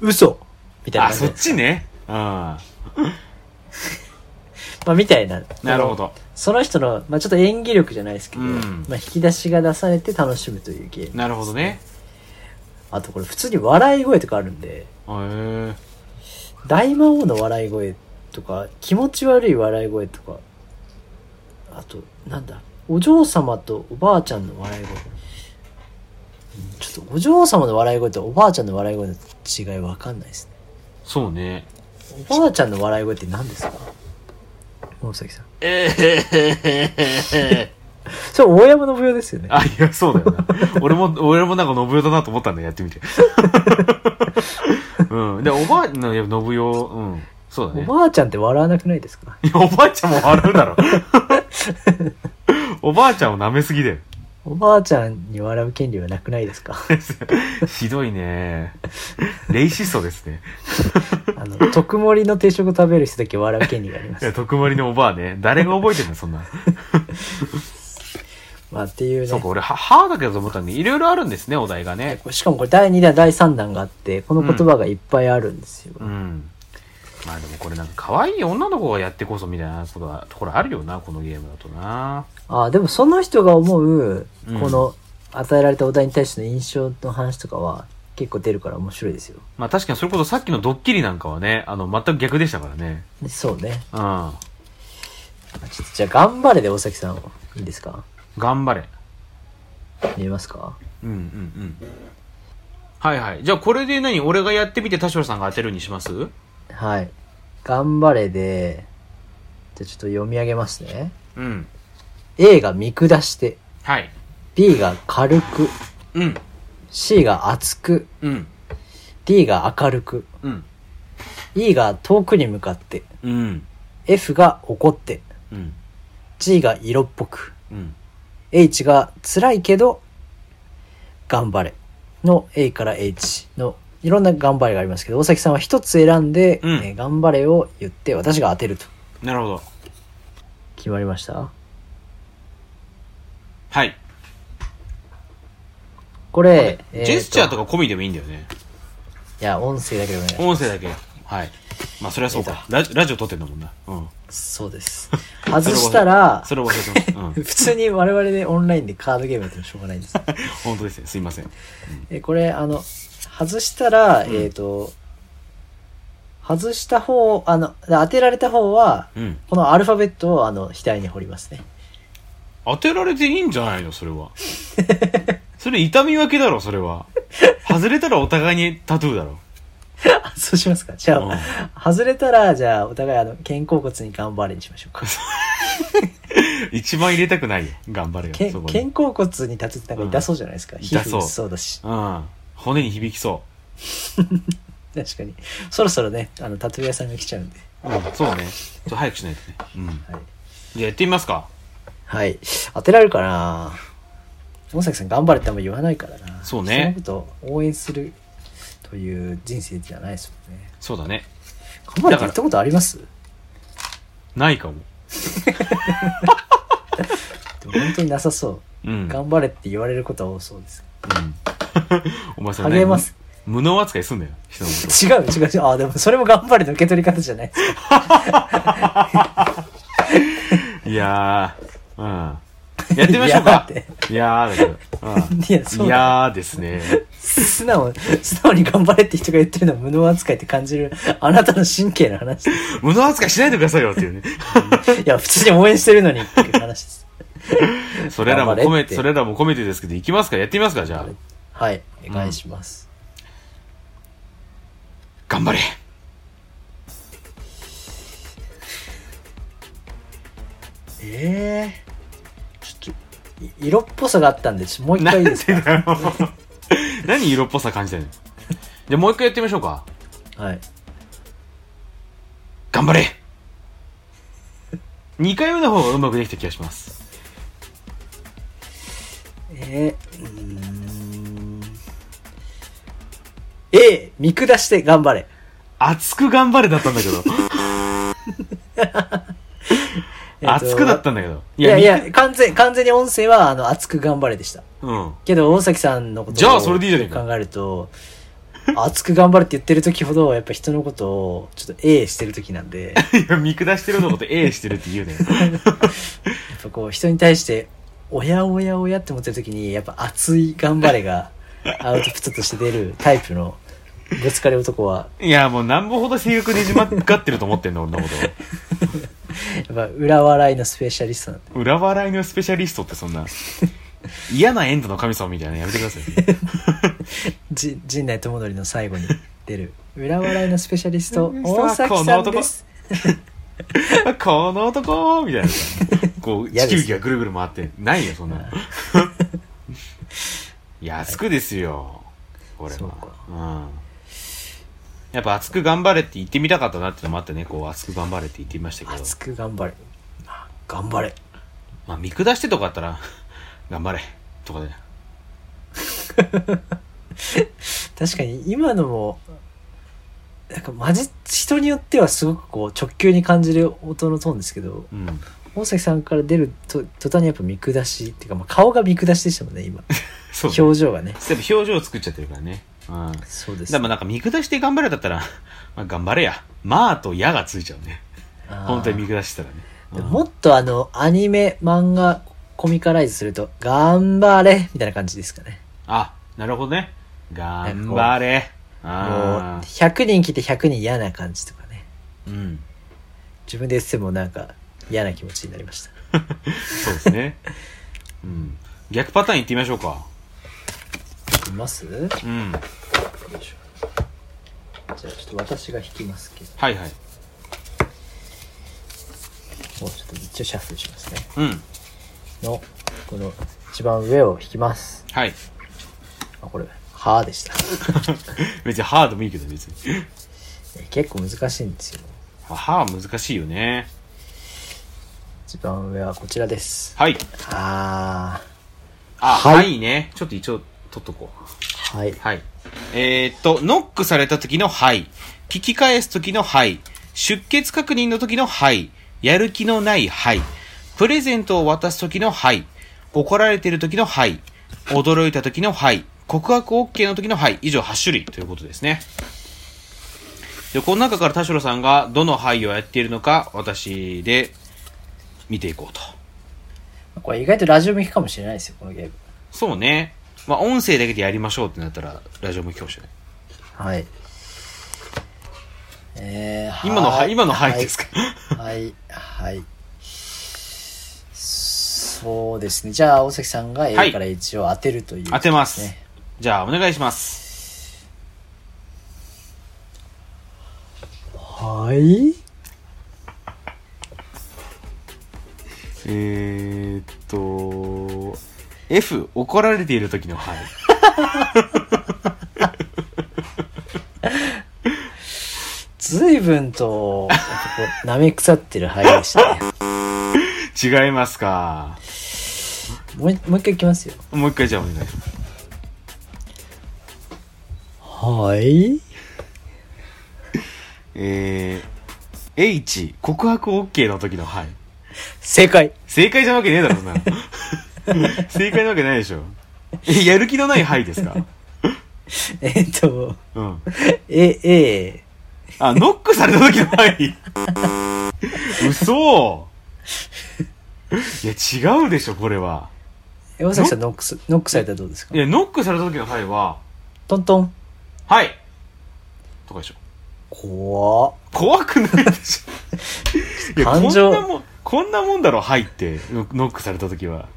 [SPEAKER 4] 嘘みたいな感じ
[SPEAKER 3] そ
[SPEAKER 4] で
[SPEAKER 3] っちねうんな
[SPEAKER 4] まあ、みたいな。
[SPEAKER 3] るほど
[SPEAKER 4] その人の、まあ、ちょっと演技力じゃないですけど、
[SPEAKER 3] うん
[SPEAKER 4] まあ、引き出しが出されて楽しむというゲーム。
[SPEAKER 3] なるほどね
[SPEAKER 4] あとこれ普通に笑い声とかあるんで、
[SPEAKER 3] へえ
[SPEAKER 4] 大魔王の笑い声とか、気持ち悪い笑い声とか、あと、なんだ、お嬢様とおばあちゃんの笑い声。うんちょっとお嬢様の笑い声とおばあちゃんの笑い声の違いわかんないですね。
[SPEAKER 3] そうね
[SPEAKER 4] おばあちゃんの笑い声って何ですか大崎さん。
[SPEAKER 3] ええ
[SPEAKER 4] それ大山の舞踊ですよね。
[SPEAKER 3] あいやそうだよな俺も俺もなんか信代だなと思ったんだやっ
[SPEAKER 4] [laughs]
[SPEAKER 3] てみてうんでおばあのいや信代うんそうだ
[SPEAKER 4] お
[SPEAKER 3] ね
[SPEAKER 4] ばあちゃんって笑わなくないですか
[SPEAKER 3] いやおばあちゃんも笑うだろ [laughs] おばあちゃんを舐めすぎだよ [laughs]
[SPEAKER 4] おばあちゃんに笑う権利はなくない [laughs] ですか
[SPEAKER 3] ひどいねレイシストですね
[SPEAKER 4] あの、特盛りの定食を食べる人だけ笑う権利がありま [laughs]
[SPEAKER 3] いや、
[SPEAKER 4] す。
[SPEAKER 3] 特盛りのおばあね。誰が覚えてんの、そんな。
[SPEAKER 4] まあっていう
[SPEAKER 3] そう
[SPEAKER 4] ね
[SPEAKER 3] か、。俺、は、はだけどと思ったんで、いろいろあるんですね、お題がね。
[SPEAKER 4] しかもこれ第2弾、第3弾があって、この言葉がいっぱいあるんですよ。
[SPEAKER 3] うん。まあでもこれなんか、可愛い女の子がやってこそみたいなことは、ところあるよな、このゲームだとな。
[SPEAKER 4] ああ、でもその人が思う、
[SPEAKER 3] うん
[SPEAKER 4] この与えられたお題に対しての印象の話とかは結構出るから面白いですよ。
[SPEAKER 3] まあ確かにそれこそさっきのドッキリなんかはね、あの、全く逆でしたからね。
[SPEAKER 4] そうね。
[SPEAKER 3] う
[SPEAKER 4] ちょ
[SPEAKER 3] ん。
[SPEAKER 4] っとじゃあ、頑張れで、大崎さん。いいですか
[SPEAKER 3] 頑張れ。
[SPEAKER 4] 見えますか
[SPEAKER 3] うんうんうん。はいはい。じゃあこれで何俺がやってみて田代さんが当てるにしますうん。
[SPEAKER 4] はい。頑張れで、じゃあちょっと読み上げますね。A が見下して、
[SPEAKER 3] はい。
[SPEAKER 4] B が軽く、
[SPEAKER 3] うん。
[SPEAKER 4] C が熱く、
[SPEAKER 3] うん。
[SPEAKER 4] D が明るく、
[SPEAKER 3] うん。
[SPEAKER 4] E が遠くに向かって、
[SPEAKER 3] うん。
[SPEAKER 4] F が怒って、
[SPEAKER 3] うん。
[SPEAKER 4] G が色っぽく、
[SPEAKER 3] うん。
[SPEAKER 4] H が辛いけど、頑張れ。の A から H のいろんな頑張れがありますけど、大崎さんは一つ選んで、
[SPEAKER 3] うん
[SPEAKER 4] えー頑張れを言って私が当てると。
[SPEAKER 3] なるほど。
[SPEAKER 4] 決まりました
[SPEAKER 3] はい。
[SPEAKER 4] これ、
[SPEAKER 3] ジェスチャーと
[SPEAKER 4] か
[SPEAKER 3] か込みでもいいんだよね。
[SPEAKER 4] いや、音声だけでお願いしま
[SPEAKER 3] 音声だけ。はい。まあそれはそうか。ラジラジオ撮ってんだもんな。うん。
[SPEAKER 4] す。そう
[SPEAKER 3] [laughs]
[SPEAKER 4] です。外したら、
[SPEAKER 3] それを忘れてます。
[SPEAKER 4] [laughs]
[SPEAKER 3] う
[SPEAKER 4] 普
[SPEAKER 3] ん。
[SPEAKER 4] 通に我々でオンラインでカードゲームやってもしょうがないんです。
[SPEAKER 3] 本当ですね。すいません。
[SPEAKER 4] えこれあの外したら、えっ、と外した方あの当てられた方は、
[SPEAKER 3] うん。
[SPEAKER 4] このアルファベットをあの額に彫りますね
[SPEAKER 3] 当てられていいんじゃないのそれは。 [laughs] それ痛み分けだろ、それは。外れたらお互いにタトゥーだろ。
[SPEAKER 4] あそうしますかじゃあ、外れたらじゃあお互いあの肩甲骨に頑張れにしましょうか
[SPEAKER 3] 一番入れたくないよ。頑張れ
[SPEAKER 4] け
[SPEAKER 3] よ。そこ
[SPEAKER 4] 肩
[SPEAKER 3] に。
[SPEAKER 4] 甲骨に立つってなんか痛そうじゃないですか、
[SPEAKER 3] ん
[SPEAKER 4] 皮膚
[SPEAKER 3] 痛そう
[SPEAKER 4] そうだし
[SPEAKER 3] うん。骨に響きそ
[SPEAKER 4] 確かにそろそろねあのタトゥー屋さんが来ちゃうんで
[SPEAKER 3] う。うん。そうね。ちょっと早くしないとね。うん。
[SPEAKER 4] はい、
[SPEAKER 3] じゃあやってみますか。
[SPEAKER 4] はい、当てられるかな大崎さん頑張れってあんま言わないからな
[SPEAKER 3] そうね
[SPEAKER 4] 人のことを応援するという人生じゃないですもんね
[SPEAKER 3] そうだね。
[SPEAKER 4] 頑張れって言ったことあります
[SPEAKER 3] ないかも。
[SPEAKER 4] でも本当になさそう、
[SPEAKER 3] うん。
[SPEAKER 4] 頑張れって言われることは多そうです
[SPEAKER 3] うん。お前それ
[SPEAKER 4] 励ます
[SPEAKER 3] 無無能扱いすんだよ。人のこ
[SPEAKER 4] 違う違う違うあでもそれも頑張れの受け取り方じゃない [laughs] ですか [laughs]
[SPEAKER 3] と。いやー。うん。やってみましょうか
[SPEAKER 4] いやーっ。
[SPEAKER 3] いやーだけど。うん。
[SPEAKER 4] [laughs] いやそう
[SPEAKER 3] いやーですね。
[SPEAKER 4] 素直素直に頑張れって人が言ってるのは無能扱いって感じるあなたの神経の [laughs] 話です
[SPEAKER 3] 無能扱いしないでくださいよっていうね。
[SPEAKER 4] いや普通に応援してるのにっていう話です
[SPEAKER 3] それらも込
[SPEAKER 4] 頑張れ
[SPEAKER 3] め、
[SPEAKER 4] ってて
[SPEAKER 3] それらも込めてですけど、行きますかやってみますかじゃあ。
[SPEAKER 4] はいお願いします、
[SPEAKER 3] 頑張れ
[SPEAKER 4] ええちょっとい色っぽさがあったんでちょもう一回いいですか
[SPEAKER 3] だよ。 [laughs] 何色っぽさ感じてんのじゃあもう一回やってみましょうか。
[SPEAKER 4] はい
[SPEAKER 3] 頑張れ2回目の方がうまくできた気がします。
[SPEAKER 4] えー、うーん A 見下して頑張れ
[SPEAKER 3] 熱く頑張れだったんだけど。熱くだったんだけど。
[SPEAKER 4] いやい
[SPEAKER 3] 肉
[SPEAKER 4] や完全完全に音声はあの熱く頑張れでした
[SPEAKER 3] うん。 [laughs]
[SPEAKER 4] けど大崎さんのことを
[SPEAKER 3] じゃあそれでいいじゃねえか
[SPEAKER 4] 考えると熱く頑張れって言ってる時ほどやっぱ人のことをちょっと A してる時なん
[SPEAKER 3] [laughs]
[SPEAKER 4] でや
[SPEAKER 3] いや、見下してるのこと A してるって言うね。
[SPEAKER 4] っぱこう人に対しておやおやおやって思ってる時にやっぱ熱い頑張れがアウトプットとして出るタイプのぶつかり男はい
[SPEAKER 3] や、もうなんぼほど性欲ねじまがってると思ってんの、俺のこ
[SPEAKER 4] やっぱ裏笑いのスペシャリストなんで
[SPEAKER 3] と。裏笑いのスペシャリストってそんな、 [laughs] 嫌なエンドの神様みたいなのやめてください。
[SPEAKER 4] [laughs] じ陣内智則の最後に出る裏笑いのスペシャリスト大
[SPEAKER 3] さあ
[SPEAKER 4] 崎さんです
[SPEAKER 3] この男みたいなさ。こう、
[SPEAKER 4] 嫌
[SPEAKER 3] 地
[SPEAKER 4] です
[SPEAKER 3] 球儀がぐるぐる回って。ないよ、そ
[SPEAKER 4] [laughs]
[SPEAKER 3] んなの。安くですよ。これ
[SPEAKER 4] そう
[SPEAKER 3] は。うん。やっぱ熱く頑張れって言ってみたかったなってのもあってね、こう熱く頑張れって言ってみましたけど。
[SPEAKER 4] 熱く頑張れ頑張れ
[SPEAKER 3] まあ見下してとかあったら、頑張れ。とかで。
[SPEAKER 4] 確かに今のもなんかマジ人によってはすごくこう直球に感じる音のトーンですけど
[SPEAKER 3] うん。
[SPEAKER 4] 大崎さんから出ると途端にやっぱ見下しっていうか、まあ、顔が見下しでしたもんね今
[SPEAKER 3] そうね。
[SPEAKER 4] 表情がね
[SPEAKER 3] やっぱ表情を作っちゃってるからね。うん。だか
[SPEAKER 4] そうです
[SPEAKER 3] らまあなんか見下して頑張れだったら、 [laughs] まあ頑張れや。まあとやがついちゃうね。
[SPEAKER 4] あー
[SPEAKER 3] 本当に見下してたらね。
[SPEAKER 4] で
[SPEAKER 3] うん
[SPEAKER 4] もっとあのアニメ漫画コミカライズすると、頑張れみたいな感じですかね。
[SPEAKER 3] あ、なるほどね。頑張れ。
[SPEAKER 4] もう、
[SPEAKER 3] あ
[SPEAKER 4] 100人来て100人嫌な感じとかね。
[SPEAKER 3] ーうん。
[SPEAKER 4] 自分で言ってもなんか嫌な気持ちになりました。
[SPEAKER 3] そうですね。
[SPEAKER 4] [laughs]
[SPEAKER 3] うん。逆パターンいってみましょうか。
[SPEAKER 4] いますよいし
[SPEAKER 3] うん。は
[SPEAKER 4] ょじゃあちょっと私が引きますけど、
[SPEAKER 3] いはい。
[SPEAKER 4] もうちょっと一応シャッフルしますね。
[SPEAKER 3] うん。
[SPEAKER 4] の、この一番上を引きます。
[SPEAKER 3] はい。 [laughs]
[SPEAKER 4] あ、これ、はーでした。
[SPEAKER 3] 別にハードもいいけど別に。 [laughs]
[SPEAKER 4] 結構難しいんですよ。
[SPEAKER 3] ハー難しいよね。
[SPEAKER 4] 一番上はこちらです。
[SPEAKER 3] はい。
[SPEAKER 4] あ
[SPEAKER 3] あ、
[SPEAKER 4] はい
[SPEAKER 3] はいね。ちょっと一応取っとこう。
[SPEAKER 4] ー、はい。
[SPEAKER 3] はい。えーっと、ノックされた時のはい。聞き返す時のはい。出血確認の時のはい。やる気のないはい。プレゼントを渡す時のはい。怒られてる時のはい。驚いた時のはい。告白 OK の時のはい。以上8種類ということですね。で、この中から田代さんがどのはいをやっているのか、私で見ていこうと。
[SPEAKER 4] これ意外とラジオ向きかもしれないですよ、このゲーム。
[SPEAKER 3] そうね。まあ、音声だけでやりましょうってなったら、ラジオ向きかもしれない。
[SPEAKER 4] はい。えー、
[SPEAKER 3] 今のはい、今のはいですか、
[SPEAKER 4] はい、はい。そうですね。じゃあ、大崎さんが A
[SPEAKER 3] はい
[SPEAKER 4] から H を当てるという、
[SPEAKER 3] 当てます。
[SPEAKER 4] ね
[SPEAKER 3] じゃあ、お願いします。
[SPEAKER 4] はい。
[SPEAKER 3] えー、っと、F、怒られている時の [laughs] はい。
[SPEAKER 4] 随分と、やっぱこう舐め腐ってるはいでした
[SPEAKER 3] [laughs]
[SPEAKER 4] ね。
[SPEAKER 3] 違いますか。
[SPEAKER 4] もう一もう一回いきますよ。
[SPEAKER 3] もう一回じゃあお願いします。
[SPEAKER 4] はい。
[SPEAKER 3] えー、H、告白 OK の時のはい。
[SPEAKER 4] 正解。
[SPEAKER 3] 正解じゃなわけねえだろ、そんなの。 [laughs] 正解なわけないでしょ。え、やる気のないはいですか
[SPEAKER 4] えーっと、
[SPEAKER 3] [laughs] うん。
[SPEAKER 4] A、A、
[SPEAKER 3] あ、ノックされた時のはい。嘘いや、違うでしょ、これは。
[SPEAKER 4] え大崎さんノックス、ノックされたらどうですか
[SPEAKER 3] いや、ノックされた時のはいは、
[SPEAKER 4] トントン。
[SPEAKER 3] はいとかでしょ。
[SPEAKER 4] 怖っ。
[SPEAKER 3] 怖くないでし
[SPEAKER 4] [laughs]
[SPEAKER 3] ょ。いや、こ
[SPEAKER 4] 感
[SPEAKER 3] ん
[SPEAKER 4] 情
[SPEAKER 3] なもん、こんなもんだろ、はいって、ノノックされた時は。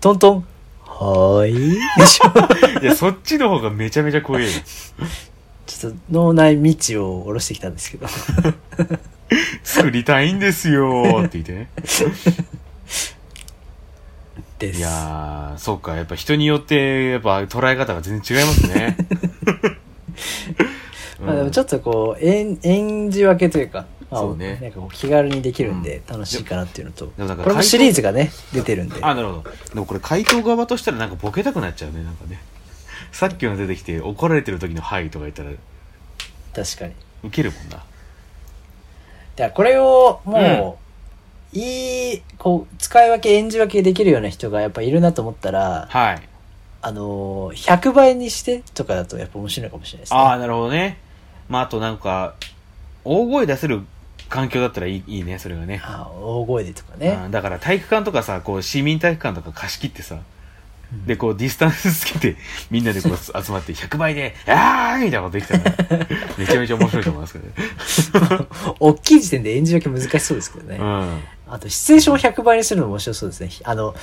[SPEAKER 4] トントン。はーい。で [laughs] しょ。
[SPEAKER 3] いや、そっちの方がめちゃめちゃ怖いよ。
[SPEAKER 4] ちょっと脳内未知を下ろしてきたんですけど。
[SPEAKER 3] 作りたいんですよーって言っ
[SPEAKER 4] [laughs]
[SPEAKER 3] てね。
[SPEAKER 4] で
[SPEAKER 3] い
[SPEAKER 4] す。
[SPEAKER 3] やー、そうか、やっぱ人によって、やっぱ捉え方が全然違います
[SPEAKER 4] [laughs]
[SPEAKER 3] ね。
[SPEAKER 4] まあでもち
[SPEAKER 3] ょっ
[SPEAKER 4] ょっとこう、演演じ分けというか、まあ、
[SPEAKER 3] そうね
[SPEAKER 4] なんかこう気軽にできるんで楽しいかなっていうのと、
[SPEAKER 3] でもなんか
[SPEAKER 4] これもシリーズがね、出てるんで。
[SPEAKER 3] あ、なるほど。でもこれ回答側としたらなんかボケたくなっちゃうね、なんかね。さっきの出てきて怒られてる時のはいとか言ったら、
[SPEAKER 4] 確かに。
[SPEAKER 3] ウケるもんな。
[SPEAKER 4] だからこれをもう、いい、こう、使い分け、演じ分けできるような人がやっぱいるなと思ったら、
[SPEAKER 3] はい。
[SPEAKER 4] あのー、100倍にしてとかだとやっぱ面白いのかもしれないですね。
[SPEAKER 3] ああ、なるほどね。まあ、あとなんか、大声出せる環境だったらいいいいね、それがね。
[SPEAKER 4] あー大声でとかね。
[SPEAKER 3] うんだから体育館とかさ、こう、市民体育館とか貸し切ってさ、で、こう、ディスタンスつけて、みんな
[SPEAKER 4] [laughs]
[SPEAKER 3] でこう、集まって、100倍で、あーみたいなことできたら、めちゃめちゃ面白いと思いますけどね。
[SPEAKER 4] 大きい時点で演じ分け難しそうですけどね。
[SPEAKER 3] うん。
[SPEAKER 4] あと、シチュエーションを100倍にするのも面白そうですね。あの、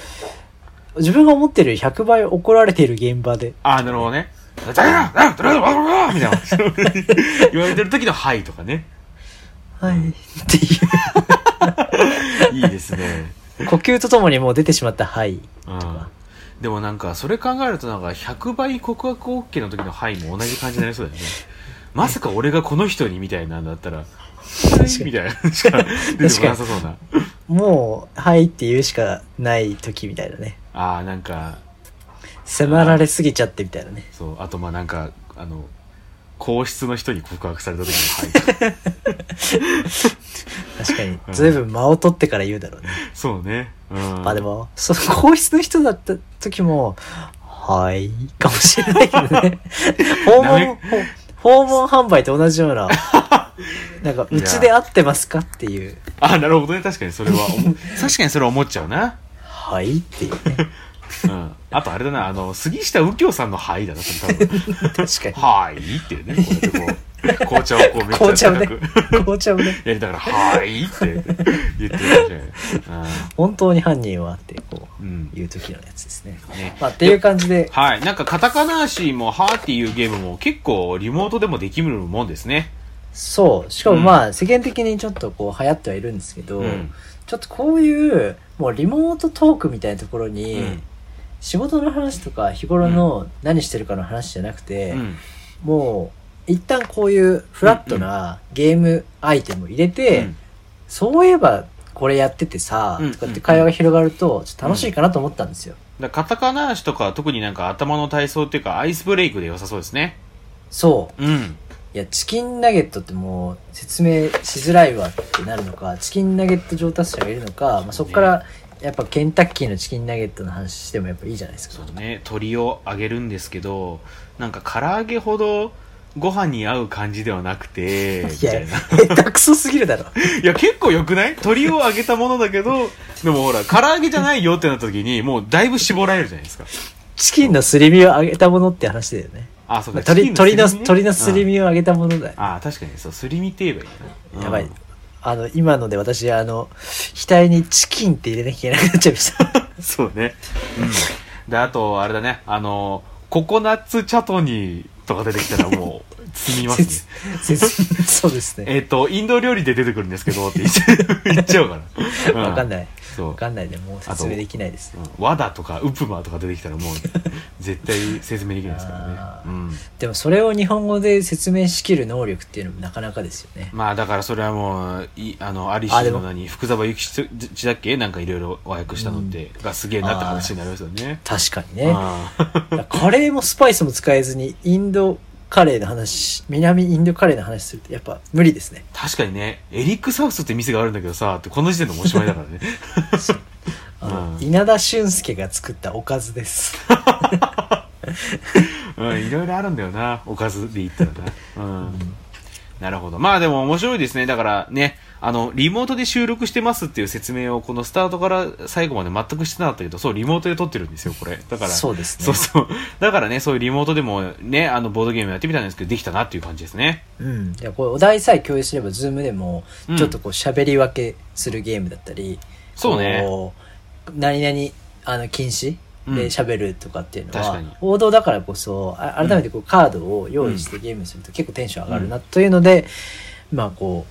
[SPEAKER 4] 自分が思ってる100倍怒られている現場で。
[SPEAKER 3] ああ、なるほどね。誰だ誰だ誰だ誰だみた
[SPEAKER 4] [laughs]
[SPEAKER 3] いな。言われてる時の、はいとかね。
[SPEAKER 4] はい。ってい
[SPEAKER 3] いいですね。
[SPEAKER 4] う、呼吸とともにもう出てしまった、はい。
[SPEAKER 3] うん。でもなんか、それ考えるとなんか、100倍告白 OK の時の範囲も同じ感じになりそうだ
[SPEAKER 4] [laughs]
[SPEAKER 3] よね。まさか俺がこの人にみたいなんだったら、 [laughs] みたいなしか出てこなさそうな。
[SPEAKER 4] もう、はいって言うしかない時みたいなね。
[SPEAKER 3] ああ、なんか、
[SPEAKER 4] 迫られすぎちゃってみたいなね。
[SPEAKER 3] そう、あとまあなんか、あの、皇室の人に告白された時の範囲。
[SPEAKER 4] 確かに
[SPEAKER 3] う。ん
[SPEAKER 4] ずいぶん間を取ってから言うだろうね。 [laughs]
[SPEAKER 3] そうね。うん。
[SPEAKER 4] まあでも、その皇室の人だった時も、はい、かもしれないけど
[SPEAKER 3] [laughs]
[SPEAKER 4] ね。訪問、訪問販売と同じよ
[SPEAKER 3] [laughs]
[SPEAKER 4] うな、なんか、うちで会ってますかっていう。 [laughs]
[SPEAKER 3] ああ、なるほどね。確かにそれは思う、確かにそれは思っちゃうな。
[SPEAKER 4] はいっていうね。
[SPEAKER 3] うん。あとあれだな、あの、杉下右京さんのはいだな、それ多分。
[SPEAKER 4] 確かに。
[SPEAKER 3] [laughs] はいっていうね、こうやってこう、紅茶をこうめっ
[SPEAKER 4] 紅
[SPEAKER 3] ち
[SPEAKER 4] 茶
[SPEAKER 3] ゃ
[SPEAKER 4] をね
[SPEAKER 3] 高く。。
[SPEAKER 4] 紅茶をね。
[SPEAKER 3] やりながら、はいって言ってるじゃない。
[SPEAKER 4] 本当に犯人はってこう、
[SPEAKER 3] うん
[SPEAKER 4] 言う時のやつですね。
[SPEAKER 3] ね
[SPEAKER 4] まあ、っていう感じで、
[SPEAKER 3] はい。なんか、カタカナ足も、はーっていうゲームも結構リモートでもできるもんですね。
[SPEAKER 4] そう。しかもまあ、世間的にちょっとこう流行ってはいるんですけど、
[SPEAKER 3] うん
[SPEAKER 4] ちょっとこういう、もうリモートトークみたいなところに、
[SPEAKER 3] うん
[SPEAKER 4] 仕事の話とか日頃の何してるかの話じゃなくて、
[SPEAKER 3] うん。
[SPEAKER 4] もう、一旦こういうフラットなゲームアイテムを入れて、
[SPEAKER 3] うん
[SPEAKER 4] そういえばこれやっててさ、
[SPEAKER 3] うん
[SPEAKER 4] とかって会話が広がると、ちょっと楽しいかなと思ったんですよ。
[SPEAKER 3] だからカタカナ足とかは特になんか頭の体操っていうかアイスブレイクで良さそうですね。
[SPEAKER 4] そう。
[SPEAKER 3] うん。
[SPEAKER 4] いや、チキンナゲットってもう説明しづらいわってなるのか、チキンナゲット上達者がいるのか、まあ、そこからやっぱケンタッキーのチキンナゲットの話してもやっぱいいじゃないです
[SPEAKER 3] そ
[SPEAKER 4] か。
[SPEAKER 3] うね、鶏を揚げるんですけど、なんか唐揚げほどご飯に合う感じではなくて、み
[SPEAKER 4] いや
[SPEAKER 3] たいな。、
[SPEAKER 4] 下手くそすぎるだろ。
[SPEAKER 3] いや、結構良くない鶏を揚げたものだけど、でもほら、唐揚げじゃないよってなった時に、もうだいぶ絞られるじゃないですか。
[SPEAKER 4] チキンのすり身を揚げたものって話だよね。
[SPEAKER 3] あ、そうか。
[SPEAKER 4] 鳥鳥の、鳥のすり
[SPEAKER 3] 身ね。
[SPEAKER 4] 身を揚げたものだよ。
[SPEAKER 3] ああ、確かに、そう、すり身って言えばいいな。
[SPEAKER 4] やば
[SPEAKER 3] う
[SPEAKER 4] い
[SPEAKER 3] ん。
[SPEAKER 4] あの、今ので私、あの、額にチキンって入れなきゃいけなくなっちゃいました。
[SPEAKER 3] そうね。うん。で、あと、あれだね、あの、ココナッツチャトニーとか出てきたらもう、積みますね。
[SPEAKER 4] [laughs] せつせつそうですね。
[SPEAKER 3] えっ、と、インド料理で出てくるんですけどって言っちゃう言っちゃうから。う
[SPEAKER 4] わかん
[SPEAKER 3] い。
[SPEAKER 4] ない。
[SPEAKER 3] そう。
[SPEAKER 4] わかんないで、もう説明できないです。
[SPEAKER 3] うん和田とかウプマとか出てきたらもう、絶対説明できないですから
[SPEAKER 4] あ
[SPEAKER 3] ね。うん。
[SPEAKER 4] でもそれを日本語で説明しきる能力っていうのもなかなかですよね。
[SPEAKER 3] まあだからそれはもう、いあの、アリシ
[SPEAKER 4] あで
[SPEAKER 3] ー
[SPEAKER 4] も
[SPEAKER 3] の何、福沢諭吉だっけなんかいろいろ和訳したのって、がすげえなって話になりますよね。
[SPEAKER 4] 確かにね。
[SPEAKER 3] ああ
[SPEAKER 4] カレーもスパイスも使えずにインドカレーの話、南インドカレーの話するとやっぱ無理ですね。
[SPEAKER 3] [laughs] 確かにね、エリック・サウスって店があるんだけどさ、ってこの時点でもうおしまいだからね。
[SPEAKER 4] [laughs] あの、
[SPEAKER 3] うん
[SPEAKER 4] 稲田俊介が作ったおかずです。
[SPEAKER 3] うん、いろいろあるんだよな、おかずで言ったらな。うん。なるほど。まあでも面白いですね。だからね、あの、リモートで収録してますっていう説明をこのスタートから最後まで全くしてなかったけど、そう、リモートで撮ってるんですよ、これ。だから、
[SPEAKER 4] そうですね
[SPEAKER 3] そうそう。だからね、そういうリモートでもね、あの、ボードゲームやってみたんですけど、できたなっていう感じですね。
[SPEAKER 4] うん。いやこれお題さえ共有すれば、ズームでも
[SPEAKER 3] うん、
[SPEAKER 4] ちょっとこう喋り分けするゲームだったり、
[SPEAKER 3] そうね
[SPEAKER 4] こう。何々、あの、禁止
[SPEAKER 3] うん
[SPEAKER 4] で喋るとかっていうの
[SPEAKER 3] 確
[SPEAKER 4] は、
[SPEAKER 3] かに
[SPEAKER 4] 王道だからこそ、あ改めてこうカードを用意してゲームすると結構テンション上がるなというので、まあこ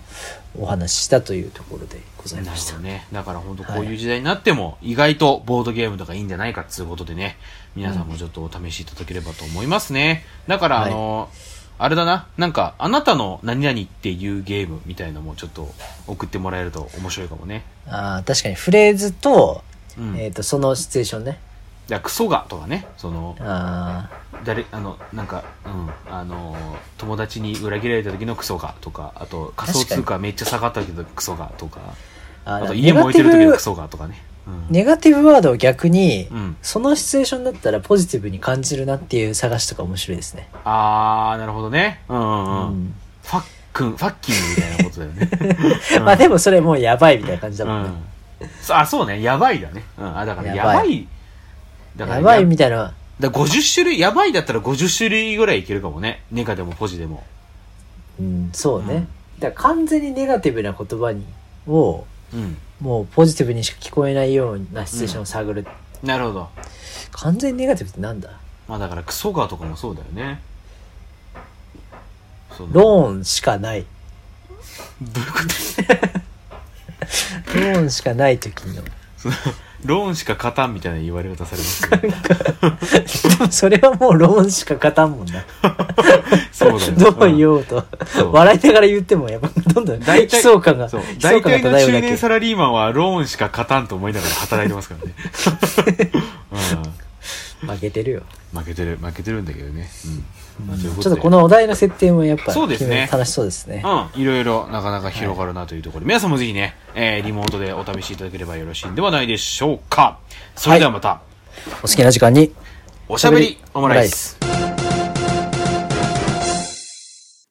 [SPEAKER 4] う、お話ししたというところでござい
[SPEAKER 3] な
[SPEAKER 4] ま
[SPEAKER 3] る
[SPEAKER 4] し
[SPEAKER 3] ほ
[SPEAKER 4] た
[SPEAKER 3] ど。ね。だから本当こういう時代になっても、意外とボードゲームとかいいんじゃないかっていうことでね、皆さんもちょっとお試しいただければと思いますね。だから、
[SPEAKER 4] はい
[SPEAKER 3] あの、あれだな、なんか、あなたの何々っていうゲームみたいのもちょっと送ってもらえると面白いかもね。
[SPEAKER 4] あー確かにフレーズと、
[SPEAKER 3] うん。
[SPEAKER 4] えっ、と、そのシチュエーションね。
[SPEAKER 3] じゃあクソがとかね、その、
[SPEAKER 4] あー
[SPEAKER 3] 誰、あの、なんか、うん、あの、友達に裏切られた時のクソがとか、あと仮想通貨めっちゃ下がったけどクソがとか、
[SPEAKER 4] あ
[SPEAKER 3] あ
[SPEAKER 4] ー
[SPEAKER 3] と家燃えてる時
[SPEAKER 4] ネガティ
[SPEAKER 3] の
[SPEAKER 4] ブ
[SPEAKER 3] クソがとかね。うん
[SPEAKER 4] ネガティブワードを逆に、
[SPEAKER 3] うん
[SPEAKER 4] そのシチュエーションだったらポジティブに感じるなっていう探しとか面白いですね。
[SPEAKER 3] あー、なるほどね。うんうんう
[SPEAKER 4] うんん。
[SPEAKER 3] ファックン、ファッキングみたいなことだよね。
[SPEAKER 4] まあでもそれもうやばいみたいな感 [laughs] じだ
[SPEAKER 3] う
[SPEAKER 4] もんね。
[SPEAKER 3] ん。そあ、そうね。やばいだね。うん。あ、だからや
[SPEAKER 4] や
[SPEAKER 3] ば
[SPEAKER 4] ばい
[SPEAKER 3] い。だから
[SPEAKER 4] やばい
[SPEAKER 3] や
[SPEAKER 4] みたいな、
[SPEAKER 3] だから50種類、やばいだったら50種類ぐらいいけるかもね。ネガでもポジでも。
[SPEAKER 4] うん、そうね。
[SPEAKER 3] うん
[SPEAKER 4] だから完全にネガティブな言葉にを、
[SPEAKER 3] うん。
[SPEAKER 4] もうポジティブにしか聞こえないようなシチュエーションを探る。
[SPEAKER 3] なるほど。
[SPEAKER 4] 完全にネガティブってなんだ
[SPEAKER 3] まあだからクソガとかもそうだよね。そうね
[SPEAKER 4] ローンしかない。
[SPEAKER 3] どういうこと
[SPEAKER 4] [laughs] ローンしかない時の。
[SPEAKER 3] そのローンしか勝たんみたいな言われ方されますけど
[SPEAKER 4] でもそれはもうローンしか勝たんもんな。
[SPEAKER 3] [laughs] そうだよ
[SPEAKER 4] どう言おうと。
[SPEAKER 3] そう
[SPEAKER 4] 笑いながら言ってもやっぱどんどん
[SPEAKER 3] 大
[SPEAKER 4] 悲
[SPEAKER 3] 体
[SPEAKER 4] 壮感が、
[SPEAKER 3] そう
[SPEAKER 4] 悲壮
[SPEAKER 3] 大
[SPEAKER 4] 感が
[SPEAKER 3] 体
[SPEAKER 4] 漂
[SPEAKER 3] の
[SPEAKER 4] う
[SPEAKER 3] 中
[SPEAKER 4] だけ
[SPEAKER 3] 年。サラリーマンはローンしか勝たんと思いながら働いてますからね、
[SPEAKER 4] 負けてるよ。
[SPEAKER 3] うん、負けてる負けてるんだけどね、うんまあという
[SPEAKER 4] ちょ
[SPEAKER 3] と
[SPEAKER 4] っと
[SPEAKER 3] で
[SPEAKER 4] このお題の設定もやっぱ
[SPEAKER 3] そうですね
[SPEAKER 4] 決めると楽しそうですね。
[SPEAKER 3] うん、いろいろなかなか広がるなというところで、皆さんもぜひね、えーリモートでお試しいただければよろしいんではないでしょうかそれではまた、
[SPEAKER 4] お好きな時間に
[SPEAKER 3] おしゃべりオムライス
[SPEAKER 4] オムライス